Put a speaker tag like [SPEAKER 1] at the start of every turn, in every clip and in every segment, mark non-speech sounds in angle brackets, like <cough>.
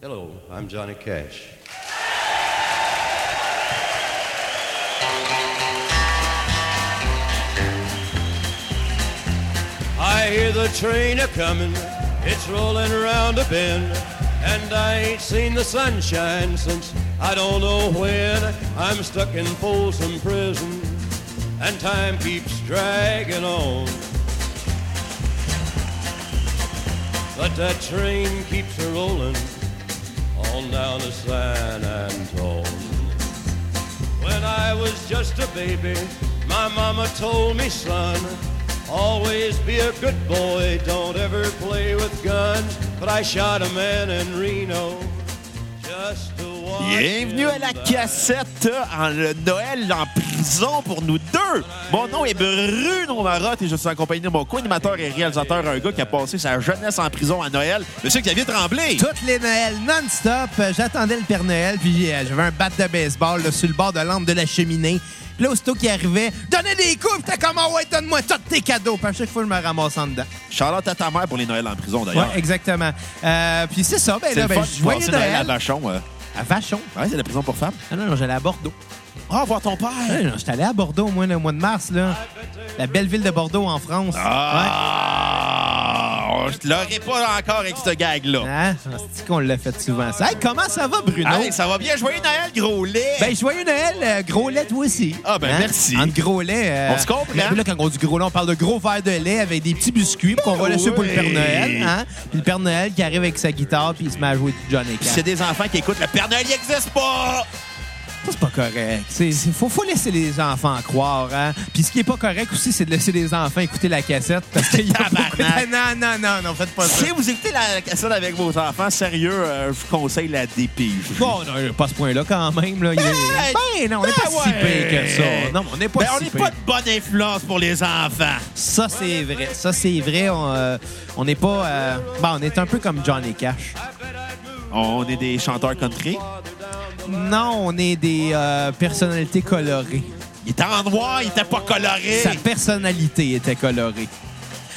[SPEAKER 1] Hello, I'm Johnny Cash. I hear the train a coming, it's rolling around a bend, and I ain't seen the sunshine since I don't know when. I'm stuck in Folsom Prison, and time keeps dragging on. But that train keeps a rolling on down to San Antone. When I was just a baby, my mama told me, son, always be a good boy, don't ever play with guns. But I shot a man in Reno just to watch.
[SPEAKER 2] Bienvenue à la
[SPEAKER 1] him die.
[SPEAKER 2] cassette euh, en le Noël en prison pour nous deux. Mon nom est Bruno Marotte et je suis en compagnie de mon co-animateur et réalisateur, un gars qui a passé sa jeunesse en prison à Noël, Monsieur Xavier Tremblay.
[SPEAKER 3] Toutes les Noëls non-stop, euh, j'attendais le Père Noël, puis euh, j'avais un bat de baseball là, sur le bord de l'ambre de la cheminée. Puis là, aussitôt qu'il arrivait, donnez des coups, puis t'es comme, Ah ouais, donne-moi tous tes cadeaux. Puis à chaque fois, je me ramasse en dedans.
[SPEAKER 2] Charlotte à ta mère pour les Noëls en prison
[SPEAKER 3] Ouais,
[SPEAKER 2] d'ailleurs.
[SPEAKER 3] exactement. Euh, puis c'est ça, ben
[SPEAKER 2] c'est
[SPEAKER 3] là,
[SPEAKER 2] le fun
[SPEAKER 3] ben, je
[SPEAKER 2] de passer
[SPEAKER 3] voyais
[SPEAKER 2] Noël,
[SPEAKER 3] Noël.
[SPEAKER 2] à Vachon. euh.
[SPEAKER 3] À Vachon.
[SPEAKER 2] Ouais, c'est la prison pour femmes.
[SPEAKER 3] Ah non, non, j'allais à Bordeaux.
[SPEAKER 2] Ah, voir ton
[SPEAKER 3] Ouais,
[SPEAKER 2] père.
[SPEAKER 3] non, J'étais allé à Bordeaux, moi, le mois de mars, là. La belle ville de Bordeaux, en France.
[SPEAKER 2] Ah, on- je l'aurais pas encore avec cette
[SPEAKER 3] Ouais.
[SPEAKER 2] gag-là.
[SPEAKER 3] Hein? C'est qu'on l'a fait souvent, ça. Hey, comment ça va, Bruno?
[SPEAKER 2] Hey, ça va bien, joyeux Noël, gros lait.
[SPEAKER 3] Ben, joyeux Noël, euh, gros lait, toi aussi. Hein?
[SPEAKER 2] Ah, ben, merci.
[SPEAKER 3] Entre gros lait. euh,
[SPEAKER 2] On se comprend. hein?
[SPEAKER 3] mais Là, quand on dit gros lait, on parle de gros verres de lait avec des petits biscuits puis qu'on va laisser pour le Père
[SPEAKER 2] Oui.
[SPEAKER 3] Noël. Hein? Puis le Père Noël qui arrive avec sa guitare puis il se met à jouer du Johnny
[SPEAKER 2] Puis
[SPEAKER 3] Cash.
[SPEAKER 2] c'est des enfants qui écoutent, le Père Noël n'existe pas.
[SPEAKER 3] Ça, c'est pas correct. C'est, c'est- faut, faut laisser les enfants croire. Hein? Puis ce qui est pas correct aussi, c'est de laisser les enfants écouter la cassette parce qu'il y a
[SPEAKER 2] Tabarnak.
[SPEAKER 3] beaucoup de- Non, non, non, non, faites pas ça.
[SPEAKER 2] Si vous écoutez la cassette avec vos enfants, sérieux, euh, je vous conseille la DPJ.
[SPEAKER 3] Bon, non, pas à ce point-là quand même. Là. Il est-
[SPEAKER 2] Ben,
[SPEAKER 3] Ben non, on n'est pas
[SPEAKER 2] ben
[SPEAKER 3] si
[SPEAKER 2] ouais.
[SPEAKER 3] pire que ça. Non, mais on n'est pas
[SPEAKER 2] Ben, on
[SPEAKER 3] si
[SPEAKER 2] n'est
[SPEAKER 3] pire.
[SPEAKER 2] pas de bonne influence pour les enfants.
[SPEAKER 3] Ça, c'est vrai. Ça, c'est vrai. On euh, on n'est pas. euh, ben, on est un peu comme Johnny Cash.
[SPEAKER 2] On est des chanteurs country.
[SPEAKER 3] Non, on est des euh, personnalités colorées.
[SPEAKER 2] Il était en noir, il était pas coloré. Ben,
[SPEAKER 3] Sa personnalité était colorée.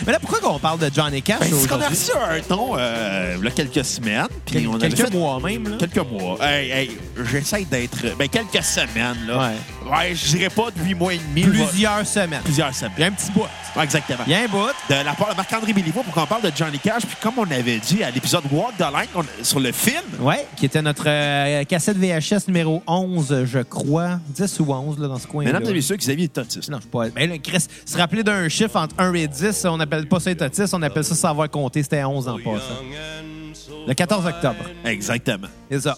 [SPEAKER 3] Mais là, pourquoi qu'on parle de Johnny Cash
[SPEAKER 2] Ben, c'est qu'on a
[SPEAKER 3] aujourd'hui?
[SPEAKER 2] reçu un ton euh, il y a quelques semaines. Puis
[SPEAKER 3] Quel-
[SPEAKER 2] on avait
[SPEAKER 3] quelques
[SPEAKER 2] fait-
[SPEAKER 3] mois même. là.
[SPEAKER 2] Quelques mois. Hey, hey, j'essaie d'être. Ben, quelques semaines, là. Ouais. je dirais pas de huit mois et demi. va-
[SPEAKER 3] Plusieurs semaines.
[SPEAKER 2] Plusieurs semaines.
[SPEAKER 3] Il y a un petit bout.
[SPEAKER 2] Ouais, exactement.
[SPEAKER 3] Il y a un bout.
[SPEAKER 2] de la part de Marc-André Béliveau pour qu'on parle de Johnny Cash. Puis comme on avait dit à l'épisode Walk the Line on- sur le film,
[SPEAKER 3] Ouais, qui était notre euh, cassette VHS numéro 11, je crois. 10 ou 11, là, dans ce coin-là.
[SPEAKER 2] mesdames et messieurs, Xavier est autiste.
[SPEAKER 3] Non, je suis pas. Ben là, Chris, se rappeler d'un chiffre entre 1 et 10, on n'appelle pas ça être autiste, on appelle ça savoir compter. C'était 11
[SPEAKER 2] Oh,
[SPEAKER 3] en passant. Le 14 octobre.
[SPEAKER 2] Exactement.
[SPEAKER 3] C'est ça.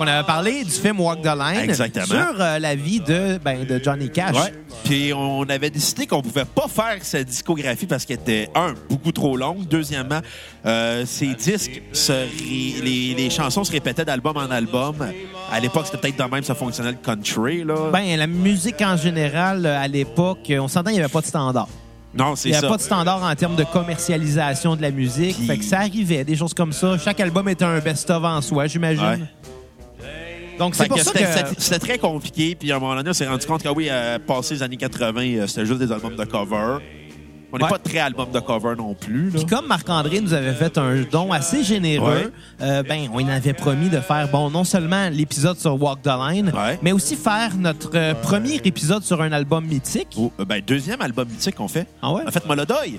[SPEAKER 3] On avait parlé du film Walk the Line
[SPEAKER 2] Exactement.
[SPEAKER 3] sur euh, la vie de, ben, de Johnny Cash.
[SPEAKER 2] Ouais. Puis on avait décidé qu'on pouvait pas faire cette discographie parce qu'elle était, un, beaucoup trop longue. Deuxièmement, euh, ces disques, se ré- les, les chansons se répétaient d'album en album. À l'époque, c'était peut-être de même ça fonctionnait le country. Là.
[SPEAKER 3] Ben, la musique en général, euh, à l'époque, euh, on s'entend, il n'y avait pas de standard.
[SPEAKER 2] non, c'est
[SPEAKER 3] Il n'y
[SPEAKER 2] ça.
[SPEAKER 3] avait pas de standard en termes de commercialisation de la musique.
[SPEAKER 2] Puis-
[SPEAKER 3] Fait que ça arrivait, des choses comme ça. Chaque album était un best-of en soi, j'imagine. Donc,
[SPEAKER 2] Fait
[SPEAKER 3] c'est pour
[SPEAKER 2] que
[SPEAKER 3] ça
[SPEAKER 2] c'était-
[SPEAKER 3] que...
[SPEAKER 2] c'était- C'était très compliqué. Puis à un moment donné, on s'est rendu compte que oui, euh, passé les années 80, euh, c'était juste des albums de cover. On n'est
[SPEAKER 3] Ouais.
[SPEAKER 2] pas très album de cover non plus. là.
[SPEAKER 3] Puis comme Marc-André nous avait fait un don assez généreux,
[SPEAKER 2] Ouais.
[SPEAKER 3] euh, ben on avait promis de faire bon non seulement l'épisode sur Walk the Line,
[SPEAKER 2] Ouais.
[SPEAKER 3] mais aussi faire notre euh, premier épisode sur un album mythique.
[SPEAKER 2] Oh, euh, ben, deuxième album mythique qu'on fait.
[SPEAKER 3] Ah ouais?
[SPEAKER 2] En fait, Molodoy.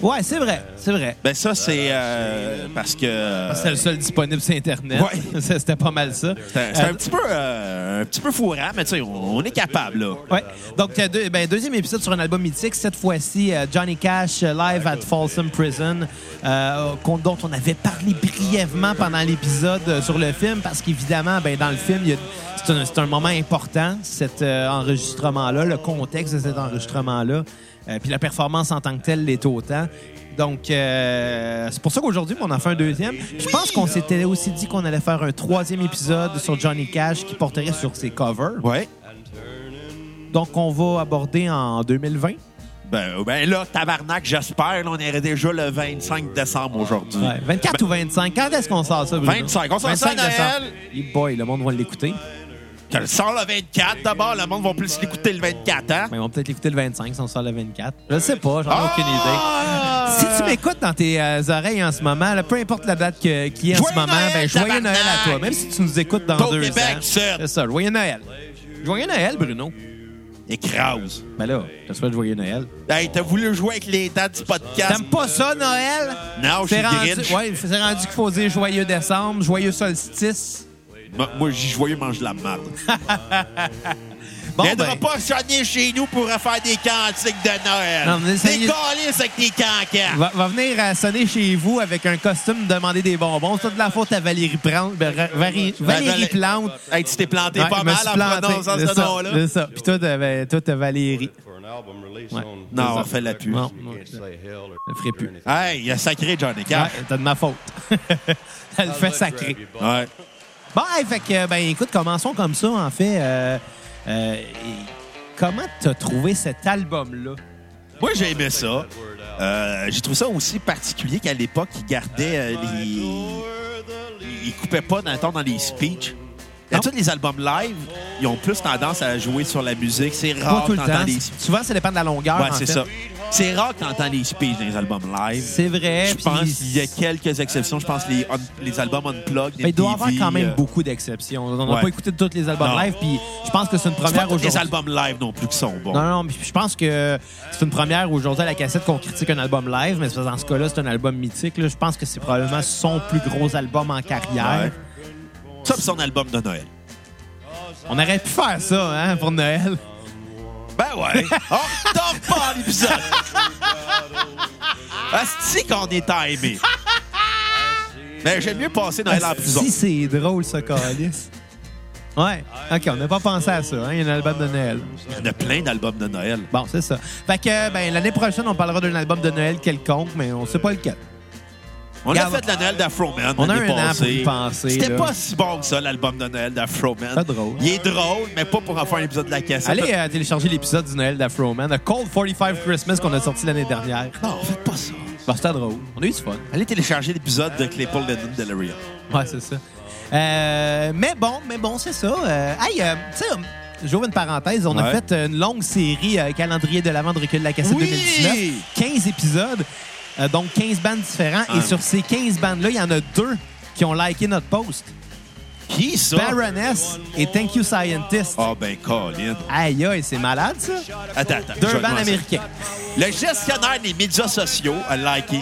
[SPEAKER 3] Ouais, c'est vrai, c'est vrai.
[SPEAKER 2] Ben ça, c'est
[SPEAKER 3] Ah,
[SPEAKER 2] euh, parce que...
[SPEAKER 3] C'était le seul disponible sur Internet.
[SPEAKER 2] Ouais.
[SPEAKER 3] Ça, <laughs> C'était pas mal ça.
[SPEAKER 2] euh, C'est un petit peu, euh, un petit peu fourrant, mais tu sais, on, on est capable, là.
[SPEAKER 3] Ouais. Donc, euh, deux- ben, deuxième épisode sur un album mythique, cette fois-ci euh, Johnny Cash euh, live at Folsom Prison, euh, qu'on- dont on avait parlé brièvement pendant l'épisode euh, sur le film, parce qu'évidemment, ben, dans le film, il y a- c'est un, c'est un moment important, cet euh, enregistrement-là, le contexte de cet enregistrement-là, euh, puis la performance en tant que telle l'est autant. Donc, euh, c'est pour ça qu'aujourd'hui, on en fait un deuxième. Je pense qu'on s'était aussi dit qu'on allait faire un troisième épisode sur Johnny Cash qui porterait sur ses covers.
[SPEAKER 2] Ouais.
[SPEAKER 3] Donc, on va aborder en 2020.
[SPEAKER 2] Ben, ben là, tabarnak, j'espère, là, on est déjà le 25 décembre aujourd'hui.
[SPEAKER 3] Ouais, 24 ou 25. Quand est-ce qu'on sort ça, Bruno?
[SPEAKER 2] 25, on sort ça à Noël.
[SPEAKER 3] décembre. Hey boy, le monde va l'écouter.
[SPEAKER 2] Tu le sors le 24, d'abord, le monde va plus l'écouter le 24, hein?
[SPEAKER 3] Mais on va peut-être l'écouter le 25 si on sort le 24. Je le sais pas, j'en ai aucune idée.
[SPEAKER 2] Ah!
[SPEAKER 3] Si tu m'écoutes dans tes euh, oreilles en ce moment, là, peu importe la date que- qui est en
[SPEAKER 2] Joyeux
[SPEAKER 3] ce moment,
[SPEAKER 2] Noël,
[SPEAKER 3] ben, joyeux
[SPEAKER 2] tabarnak!
[SPEAKER 3] Noël à toi. Même si tu nous écoutes dans
[SPEAKER 2] T'es au
[SPEAKER 3] deux
[SPEAKER 2] Québec,
[SPEAKER 3] ans.
[SPEAKER 2] certes.
[SPEAKER 3] C'est ça, joyeux Noël. Joyeux Noël, Bruno.
[SPEAKER 2] Écrase.
[SPEAKER 3] Ben là, je te souhaite joyeux Noël.
[SPEAKER 2] Hey, t'as voulu jouer avec les dates du podcast?
[SPEAKER 3] T'aimes pas ça, Noël?
[SPEAKER 2] Non, je
[SPEAKER 3] C'est
[SPEAKER 2] suis
[SPEAKER 3] rendu,
[SPEAKER 2] Grinch.
[SPEAKER 3] ouais, c'est rendu qu'il faut dire joyeux décembre, joyeux solstice.
[SPEAKER 2] Moi, Moi, j'y joyeux mange de la marde.
[SPEAKER 3] Bon,
[SPEAKER 2] Il ne
[SPEAKER 3] ben,
[SPEAKER 2] pas sonner chez nous pour faire des cantiques de Noël.
[SPEAKER 3] Non, mais
[SPEAKER 2] des
[SPEAKER 3] essayez-
[SPEAKER 2] calices avec des cancanes.
[SPEAKER 3] va, va venir euh, sonner chez vous avec un costume, demander des bonbons. C'est toute la faute à Valérie, Plante. Valérie, Valérie Plante.
[SPEAKER 2] Ben, Hey, tu t'es planté
[SPEAKER 3] Ouais,
[SPEAKER 2] pas
[SPEAKER 3] je me
[SPEAKER 2] mal
[SPEAKER 3] suis
[SPEAKER 2] en
[SPEAKER 3] planté.
[SPEAKER 2] prononçant
[SPEAKER 3] C'est
[SPEAKER 2] ce
[SPEAKER 3] ça,
[SPEAKER 2] nom-là.
[SPEAKER 3] C'est ça. Puis toi, t'as- ben, toi, t'as Valérie.
[SPEAKER 1] For an album release
[SPEAKER 3] Ouais.
[SPEAKER 1] on
[SPEAKER 2] Non,
[SPEAKER 1] Bizarre
[SPEAKER 2] on fait la pub.
[SPEAKER 1] Records,
[SPEAKER 3] Non,
[SPEAKER 1] you can't
[SPEAKER 3] non,
[SPEAKER 1] say hell or-
[SPEAKER 3] le ferai plus.
[SPEAKER 1] or anything.
[SPEAKER 2] Hey, il a sacré Johnny
[SPEAKER 3] Ouais,
[SPEAKER 2] Cash.
[SPEAKER 3] t'as de ma faute. <laughs> Elle le fait sacré.
[SPEAKER 2] Ah, Ouais.
[SPEAKER 3] Bon, hey, fait que, ben, écoute, commençons comme ça, en fait. Euh, euh, et comment t'as trouvé cet album-là?
[SPEAKER 2] Moi, j'ai aimé ça. Euh, j'ai trouvé ça aussi particulier qu'à l'époque, ils gardaient euh, les... Ils coupaient pas, dans, dans les speeches. Dans
[SPEAKER 3] Non.
[SPEAKER 2] tous les albums live, ils ont plus tendance à jouer sur la musique. C'est
[SPEAKER 3] Pas
[SPEAKER 2] rare
[SPEAKER 3] tout le
[SPEAKER 2] t'entends
[SPEAKER 3] temps.
[SPEAKER 2] les
[SPEAKER 3] Souvent, ça dépend de la longueur.
[SPEAKER 2] Ouais,
[SPEAKER 3] en
[SPEAKER 2] c'est
[SPEAKER 3] fait.
[SPEAKER 2] ça. C'est rare que t'entends les speeches dans les albums live.
[SPEAKER 3] C'est vrai.
[SPEAKER 2] Je
[SPEAKER 3] puis-
[SPEAKER 2] pense qu'il y a quelques exceptions. Je pense les, un- les albums Unplugged.
[SPEAKER 3] Ben, il doit y avoir
[SPEAKER 2] MTV,
[SPEAKER 3] quand même
[SPEAKER 2] euh,
[SPEAKER 3] beaucoup d'exceptions. On n'a
[SPEAKER 2] ouais.
[SPEAKER 3] pas écouté tous les albums
[SPEAKER 2] Non.
[SPEAKER 3] live, puis je pense que c'est une
[SPEAKER 2] C'est pas
[SPEAKER 3] première
[SPEAKER 2] tous les
[SPEAKER 3] aujourd'hui.
[SPEAKER 2] albums live non plus qui sont bons.
[SPEAKER 3] Non, non, non, puis je pense que c'est une première aujourd'hui à la cassette qu'on critique un album live, mais dans ce cas-là, c'est un album mythique. là. Je pense que c'est probablement son plus gros album en carrière.
[SPEAKER 2] Ouais. Ça, c'est son album de Noël.
[SPEAKER 3] On aurait pu faire ça, hein, pour Noël.
[SPEAKER 2] Ben <laughs> ouais. On retombe pas à l'épisode. <laughs> Asti qu'on est timé. Mais j'aime mieux passer Noël en prison.
[SPEAKER 3] Si c'est drôle, ce calice. Ouais, OK, on n'a pas pensé à ça, hein, il y a un album de Noël.
[SPEAKER 2] Il y en a plein d'albums de Noël.
[SPEAKER 3] Bon, c'est ça. Fait que, ben, l'année prochaine, on parlera d'un album de Noël quelconque, mais on sait pas lequel.
[SPEAKER 2] On
[SPEAKER 3] Regarde.
[SPEAKER 2] a fait le Noël d'Afroman.
[SPEAKER 3] On a
[SPEAKER 2] l'année
[SPEAKER 3] un an pour
[SPEAKER 2] passée.
[SPEAKER 3] y penser,
[SPEAKER 2] C'était
[SPEAKER 3] là.
[SPEAKER 2] pas si bon que ça, l'album de Noël d'Afroman.
[SPEAKER 3] Pas drôle.
[SPEAKER 2] Il est drôle, mais pas pour en faire un épisode de la cassette.
[SPEAKER 3] Allez euh, télécharger l'épisode du Noël d'Afroman, A Cold 45 Christmas qu'on a sorti l'année dernière.
[SPEAKER 2] Non, faites pas ça.
[SPEAKER 3] Bah, c'était drôle. On a eu du fun.
[SPEAKER 2] Allez télécharger l'épisode de Claypool Lennon Delaria.
[SPEAKER 3] Ouais, c'est ça. Euh, mais bon, mais bon, c'est ça. Euh, hey, euh, tu sais, euh, j'ouvre une parenthèse. On a
[SPEAKER 2] Ouais.
[SPEAKER 3] fait une longue série euh, calendrier de l'avant de recul de la cassette
[SPEAKER 2] Oui!
[SPEAKER 3] 2019. 15 épisodes, euh, donc 15 bandes différents.
[SPEAKER 2] Ah.
[SPEAKER 3] Et sur ces 15 bandes-là, il y en a deux qui ont liké notre post.
[SPEAKER 2] Qui ça?
[SPEAKER 3] Baroness et Thank You Scientist.
[SPEAKER 2] Ah ben Colin.
[SPEAKER 3] Aïe, aïe, c'est malade, ça.
[SPEAKER 2] Attends, attends. je
[SPEAKER 3] Deux
[SPEAKER 2] vais
[SPEAKER 3] bandes
[SPEAKER 2] commencer.
[SPEAKER 3] américaines.
[SPEAKER 2] Le gestionnaire des médias sociaux a liké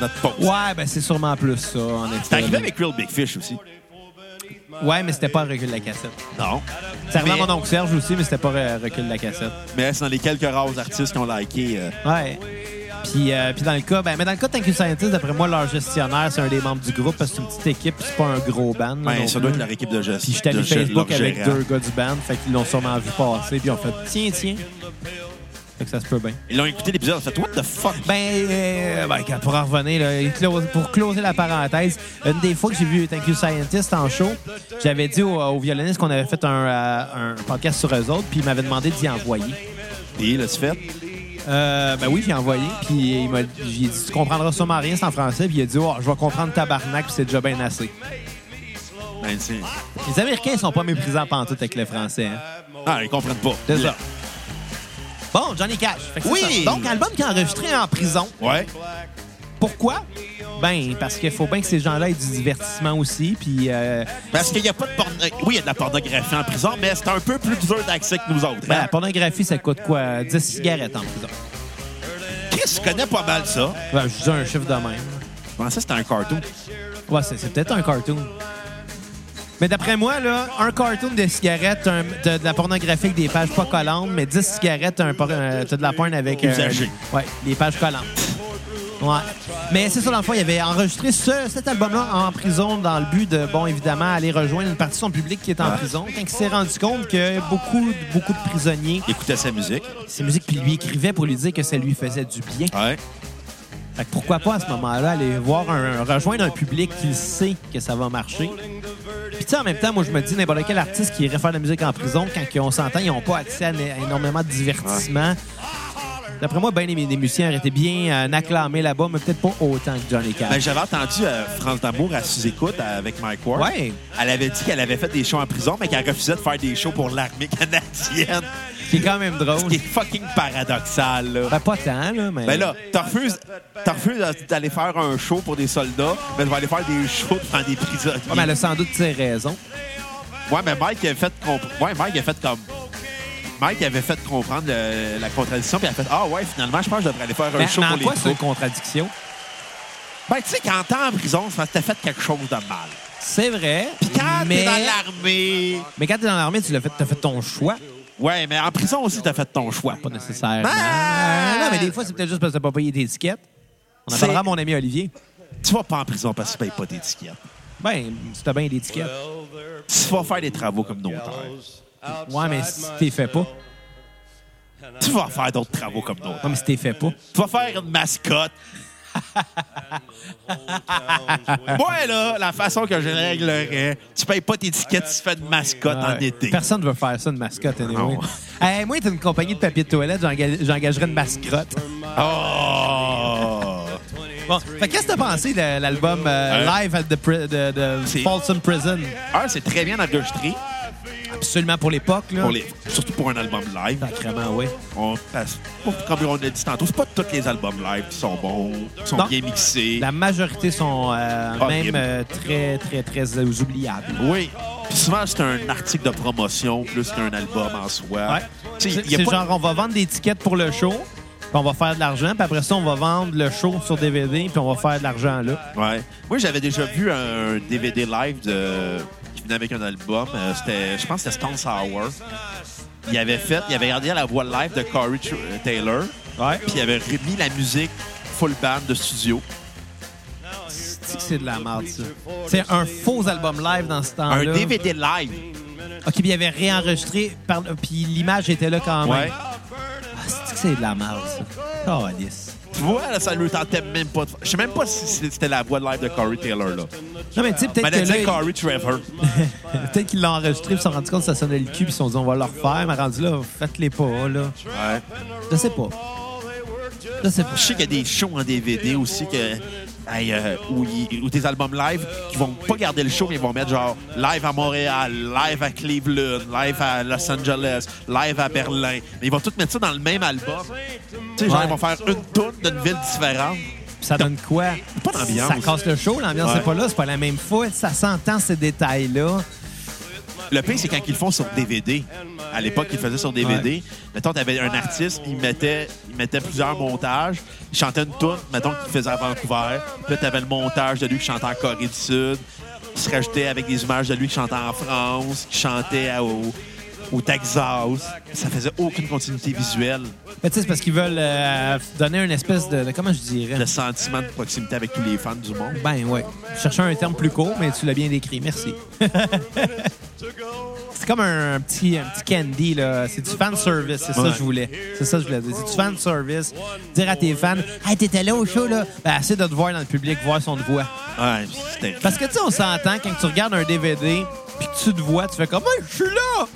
[SPEAKER 2] notre post.
[SPEAKER 3] Ouais, ben c'est sûrement plus ça, en effet.
[SPEAKER 2] C'est arrivé avec Real Big Fish aussi.
[SPEAKER 3] Ouais, mais c'était pas un recul de la cassette.
[SPEAKER 2] Non.
[SPEAKER 3] C'est arrivé à
[SPEAKER 2] Mais-
[SPEAKER 3] mon oncle Serge aussi, mais c'était pas un recul de la cassette.
[SPEAKER 2] Mais c'est dans les quelques rares artistes qui ont liké. euh,
[SPEAKER 3] Ouais. Puis, euh, puis dans le cas, ben, mais dans le cas de Thank You Scientist, d'après moi, leur gestionnaire, c'est un des membres du groupe parce que c'est une petite équipe, puis c'est pas un gros band.
[SPEAKER 2] ben,
[SPEAKER 3] non
[SPEAKER 2] ça
[SPEAKER 3] plus.
[SPEAKER 2] doit être leur équipe de gestion.
[SPEAKER 3] Puis j'étais allé Facebook avec deux gars du band, fait qu'ils l'ont sûrement vu passer, puis ils ont fait tiens, tiens. Fait que ça se peut bien.
[SPEAKER 2] Ils l'ont écouté l'épisode. Ils ont fait What the fuck?
[SPEAKER 3] Ben, euh, ben, quand- pour en revenir, là, et close- pour closer la parenthèse, une des fois que j'ai vu Thank You Scientist en show, j'avais dit au, au violoniste qu'on avait fait un, euh, un podcast sur eux autres, puis il m'avait demandé d'y envoyer.
[SPEAKER 2] Et là, c'est fait.
[SPEAKER 3] Euh, ben oui, j'ai envoyé. Puis il m'a j'ai dit, tu comprendras sûrement rien, c'est en français. Puis il a dit, oh, je vais comprendre tabarnak, puis c'est déjà bien assez.
[SPEAKER 2] Ben, c'est-
[SPEAKER 3] Les Américains, ils sont pas méprisants pantoute avec le français. hein.
[SPEAKER 2] Ah, ils comprennent pas.
[SPEAKER 3] C'est ça. Bon, Johnny Cash. Fait que c'est
[SPEAKER 2] Oui!
[SPEAKER 3] ça. Donc, album qui est enregistré en prison.
[SPEAKER 2] Ouais.
[SPEAKER 3] Pourquoi? Ben, parce qu'il faut bien que ces gens-là aient du divertissement aussi. Puis, euh,
[SPEAKER 2] Parce qu'il n'y a pas de porno- Oui, il y a de la pornographie en prison, mais c'est un peu plus dur d'accès que nous autres.
[SPEAKER 3] ben, la
[SPEAKER 2] hein?
[SPEAKER 3] pornographie, ça coûte quoi? 10 cigarettes en prison.
[SPEAKER 2] Chris, tu connais pas mal ça.
[SPEAKER 3] Ben, je dis un chiffre de même.
[SPEAKER 2] Je pensais que c'était un cartoon.
[SPEAKER 3] Ouais, c'est c'est peut-être un cartoon. Mais d'après moi, là, un cartoon de cigarettes, un- de, de la pornographie avec des pages pas collantes, mais 10 cigarettes, un por- euh, t'as de la porn avec...
[SPEAKER 2] Usagé.
[SPEAKER 3] Ouais, des pages collantes. Ouais. Mais c'est ça, dans le fond, il avait enregistré ce- cet album-là en prison dans le but de, bon, évidemment, aller rejoindre une partie de son public qui est en
[SPEAKER 2] Ah.
[SPEAKER 3] prison. Quand il s'est rendu compte que beaucoup, beaucoup de prisonniers,
[SPEAKER 2] Il écoutait sa musique.
[SPEAKER 3] ces musiques, puis lui écrivait pour lui dire que ça lui faisait du bien.
[SPEAKER 2] Ouais.
[SPEAKER 3] Fait que pourquoi pas à ce moment-là aller voir un, rejoindre un public qui le sait que ça va marcher. Puis tu sais, en même temps, moi je me dis n'importe quel artiste qui irait faire de la musique en prison, quand on s'entend, ils n'ont pas accès à n- à énormément de divertissement. D'après moi, bien des, des musiciens auraient été bien euh, acclamés là-bas, mais peut-être pas autant que Johnny Cash.
[SPEAKER 2] Ben, J'avais entendu euh, France d'Amour à sous-écoute euh, avec Mike Ward.
[SPEAKER 3] Ouais.
[SPEAKER 2] Elle avait dit qu'elle avait fait des shows en prison, mais qu'elle refusait de faire des shows pour l'armée canadienne.
[SPEAKER 3] C'est quand même
[SPEAKER 2] Ce
[SPEAKER 3] drôle.
[SPEAKER 2] qui est fucking paradoxal, là.
[SPEAKER 3] Ben, pas tant, là, mais.
[SPEAKER 2] Ben là, t'en refuses, t'en refuses d'aller faire un show pour des soldats, mais tu vas aller faire des shows devant des prisonniers.
[SPEAKER 3] Ouais, mais elle a sans doute ses raisons.
[SPEAKER 2] Ouais, mais Mike a fait comp- ouais, Mike a fait comme. Mike avait fait comprendre le- la contradiction, puis elle a fait Ah ouais, finalement, je pense que je devrais aller faire un
[SPEAKER 3] Mais,
[SPEAKER 2] show
[SPEAKER 3] mais
[SPEAKER 2] pour
[SPEAKER 3] en
[SPEAKER 2] les
[SPEAKER 3] quoi c'est
[SPEAKER 2] troupes.
[SPEAKER 3] une contradiction?
[SPEAKER 2] Ben, tu sais, quand t'es en prison, c'est parce que t'as fait quelque chose de mal.
[SPEAKER 3] C'est vrai.
[SPEAKER 2] Puis quand
[SPEAKER 3] mais...
[SPEAKER 2] t'es dans l'armée.
[SPEAKER 3] mais quand t'es dans l'armée, tu l'as fait, t'as fait ton choix.
[SPEAKER 2] Ouais, mais en prison aussi, t'as fait ton choix.
[SPEAKER 3] Pas nécessairement.
[SPEAKER 2] Ah!
[SPEAKER 3] non, mais des fois, c'est peut-être juste parce que t'as pas payé tes tickets. On en
[SPEAKER 2] C'est-
[SPEAKER 3] parlera à mon ami Olivier.
[SPEAKER 2] Tu vas pas en prison parce que tu payes pas tes tickets.
[SPEAKER 3] Ben, si t'as bien des tickets.
[SPEAKER 1] Well, there are
[SPEAKER 2] Tu vas faire des travaux comme nos terres.
[SPEAKER 1] gallows outside
[SPEAKER 3] Ouais, mais si t'es fait pas.
[SPEAKER 1] myself.
[SPEAKER 2] Tu vas faire d'autres travaux comme nos
[SPEAKER 3] Non, mais si t'es fait pas.
[SPEAKER 2] Tu vas faire une mascotte. <laughs> Moi, là, la façon que je réglerais, tu payes pas tes tickets, tu fais une mascotte en
[SPEAKER 3] Ouais.
[SPEAKER 2] été.
[SPEAKER 3] Personne ne veut faire ça, une mascotte, anyway.
[SPEAKER 2] Non.
[SPEAKER 3] <laughs> Hey, moi, t'es une compagnie de papier de toilette, j'enga- j'engagerais une mascotte.
[SPEAKER 2] Oh!
[SPEAKER 3] Bon, fait qu'est-ce que t'as pensé de l'album euh,
[SPEAKER 2] Ouais.
[SPEAKER 3] Live at the pri- de, de
[SPEAKER 2] Hein? C'est-
[SPEAKER 3] Folsom Prison?
[SPEAKER 2] Un, c'est très bien enregistré,
[SPEAKER 3] Absolument pour l'époque, là.
[SPEAKER 2] pour les- surtout pour un album live.
[SPEAKER 3] Sacrément, oui.
[SPEAKER 2] On passe, comme on l'a dit tantôt, c'est pas tous les albums live qui sont bons, qui sont
[SPEAKER 3] Non.
[SPEAKER 2] bien mixés.
[SPEAKER 3] La majorité sont euh,
[SPEAKER 2] Ah,
[SPEAKER 3] même
[SPEAKER 2] bien.
[SPEAKER 3] euh, très, très, très euh, oubliables.
[SPEAKER 2] Oui. Puis souvent, c'est un article de promotion plus qu'un album en soi.
[SPEAKER 3] Ouais.
[SPEAKER 2] Tu sais,
[SPEAKER 3] C'est
[SPEAKER 2] il y a
[SPEAKER 3] c'est
[SPEAKER 2] pas-
[SPEAKER 3] genre, on va vendre des tickets pour le show, puis on va faire de l'argent, puis après ça, on va vendre le show sur DVD, puis on va faire de l'argent là.
[SPEAKER 2] Ouais. Moi, j'avais déjà vu un DVD live de... qui venait avec un album. Euh, C'était, je pense que c'était Stone Sour. Il avait fait, il avait regardé la voix live de Corey Tr- euh, Taylor,
[SPEAKER 3] Ouais.
[SPEAKER 2] puis il avait remis la musique full band de studio.
[SPEAKER 3] C'est que c'est de la merde, ça. C'est un faux album live dans ce temps-là.
[SPEAKER 2] Un DVD live.
[SPEAKER 3] OK, puis il avait réenregistré, par- puis l'image était là quand même.
[SPEAKER 2] Ouais.
[SPEAKER 3] Ah, c'est que c'est de la merde, ça. Oh, Alice.
[SPEAKER 2] Tu vois, là, ça lui tentait même pas. de- Je sais même pas si c'était la voix live de Corey Taylor là.
[SPEAKER 3] Non, mais tu sais, peut-être
[SPEAKER 2] Mais elle
[SPEAKER 3] que
[SPEAKER 2] dit
[SPEAKER 3] là,
[SPEAKER 2] Corey Trevor.
[SPEAKER 3] peut-être qu'ils l'ont enregistré, puis ils se sont rendus compte que ça sonnait le cul, puis ils se sont dit, on va le refaire, mais rendu là, faites-les pas, là.
[SPEAKER 2] Ouais.
[SPEAKER 3] Je sais pas. Je sais pas.
[SPEAKER 2] Je sais qu'il y a des shows en DVD aussi que, hey, euh, où, ils- où tes albums live qui vont pas garder le show, mais ils vont mettre genre live à Montréal, live à Cleveland, live à Los Angeles, live à Berlin. Mais ils vont tous mettre ça dans le même album. Tu sais, genre,
[SPEAKER 3] Ouais.
[SPEAKER 2] ils vont faire une tourne d'une ville différente.
[SPEAKER 3] Ça donne quoi?
[SPEAKER 2] Pas d'ambiance.
[SPEAKER 3] Ça casse le show, l'ambiance
[SPEAKER 2] Ouais.
[SPEAKER 3] c'est pas là, c'est pas la même foule, ça s'entend ces détails-là.
[SPEAKER 2] Le pire, c'est quand ils le font sur DVD. À l'époque, ils le faisaient sur DVD. Mettons, t'avais un artiste, il mettait, il mettait plusieurs montages. Il chantait une tourne, mettons, qu'il faisait à Vancouver. Puis là, t'avais le montage de lui qui chantait en Corée du Sud. Qui se rajoutait avec des images de lui qui chantait en France, qui chantait à- au, au Texas. Ça faisait aucune continuité visuelle.
[SPEAKER 3] Mais tu sais, c'est parce qu'ils veulent euh, donner une espèce de, de- comment je dirais?
[SPEAKER 2] Le sentiment de proximité avec tous les fans du monde.
[SPEAKER 3] Ben ouais. Je cherchais un terme plus court, mais tu l'as bien décrit. Merci. c'est comme un, petit, un petit candy, là. C'est du fan service, c'est ça
[SPEAKER 2] Ouais.
[SPEAKER 3] que je voulais. C'est ça que je voulais dire. C'est du fan service. Dire à tes fans, hey, t'étais là au show, là. Ben, essaie de te voir dans le public, voir son te voit.
[SPEAKER 2] Ouais, c'était.
[SPEAKER 3] Parce que tu sais, on s'entend quand tu regardes un DVD, puis que tu te vois, tu fais comme, hey, je suis là!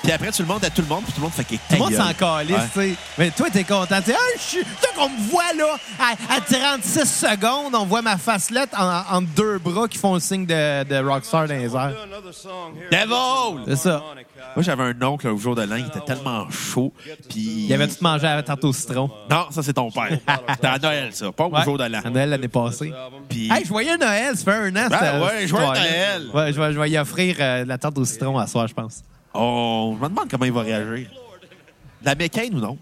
[SPEAKER 2] Puis après, tu le montres à tout le monde, puis tout le monde fait que euh,
[SPEAKER 3] Tout le monde s'en calisse, tu sais. Mais toi, t'es content. Tu sais, Hey, je suis. Toi, qu'on me voit, là, à, à 36 secondes, on voit ma facelette en, entre deux bras qui font le signe de, de Rockstar dans les airs.
[SPEAKER 2] Devil!
[SPEAKER 3] Ah. C'est ça.
[SPEAKER 2] Moi, j'avais un oncle un jour de l'an, il était tellement chaud. Puis.
[SPEAKER 3] Il avait tout mangé à la tarte au citron.
[SPEAKER 2] Non, ça, c'est ton père. C'était à Noël, ça, pas au
[SPEAKER 3] Ouais.
[SPEAKER 2] jour de l'an.
[SPEAKER 3] À Noël l'année passée.
[SPEAKER 2] Puis.
[SPEAKER 3] Hey, joyeux Noël, ça fait un an.
[SPEAKER 2] Ben
[SPEAKER 3] cette-
[SPEAKER 2] ouais,
[SPEAKER 3] cette
[SPEAKER 2] joyeux
[SPEAKER 3] histoire-là.
[SPEAKER 2] Noël.
[SPEAKER 3] Ouais, je vais, je vais y offrir euh, de la tarte au citron à soir, je pense.
[SPEAKER 2] on... Je me demande comment il va réagir. De La mécane ou non?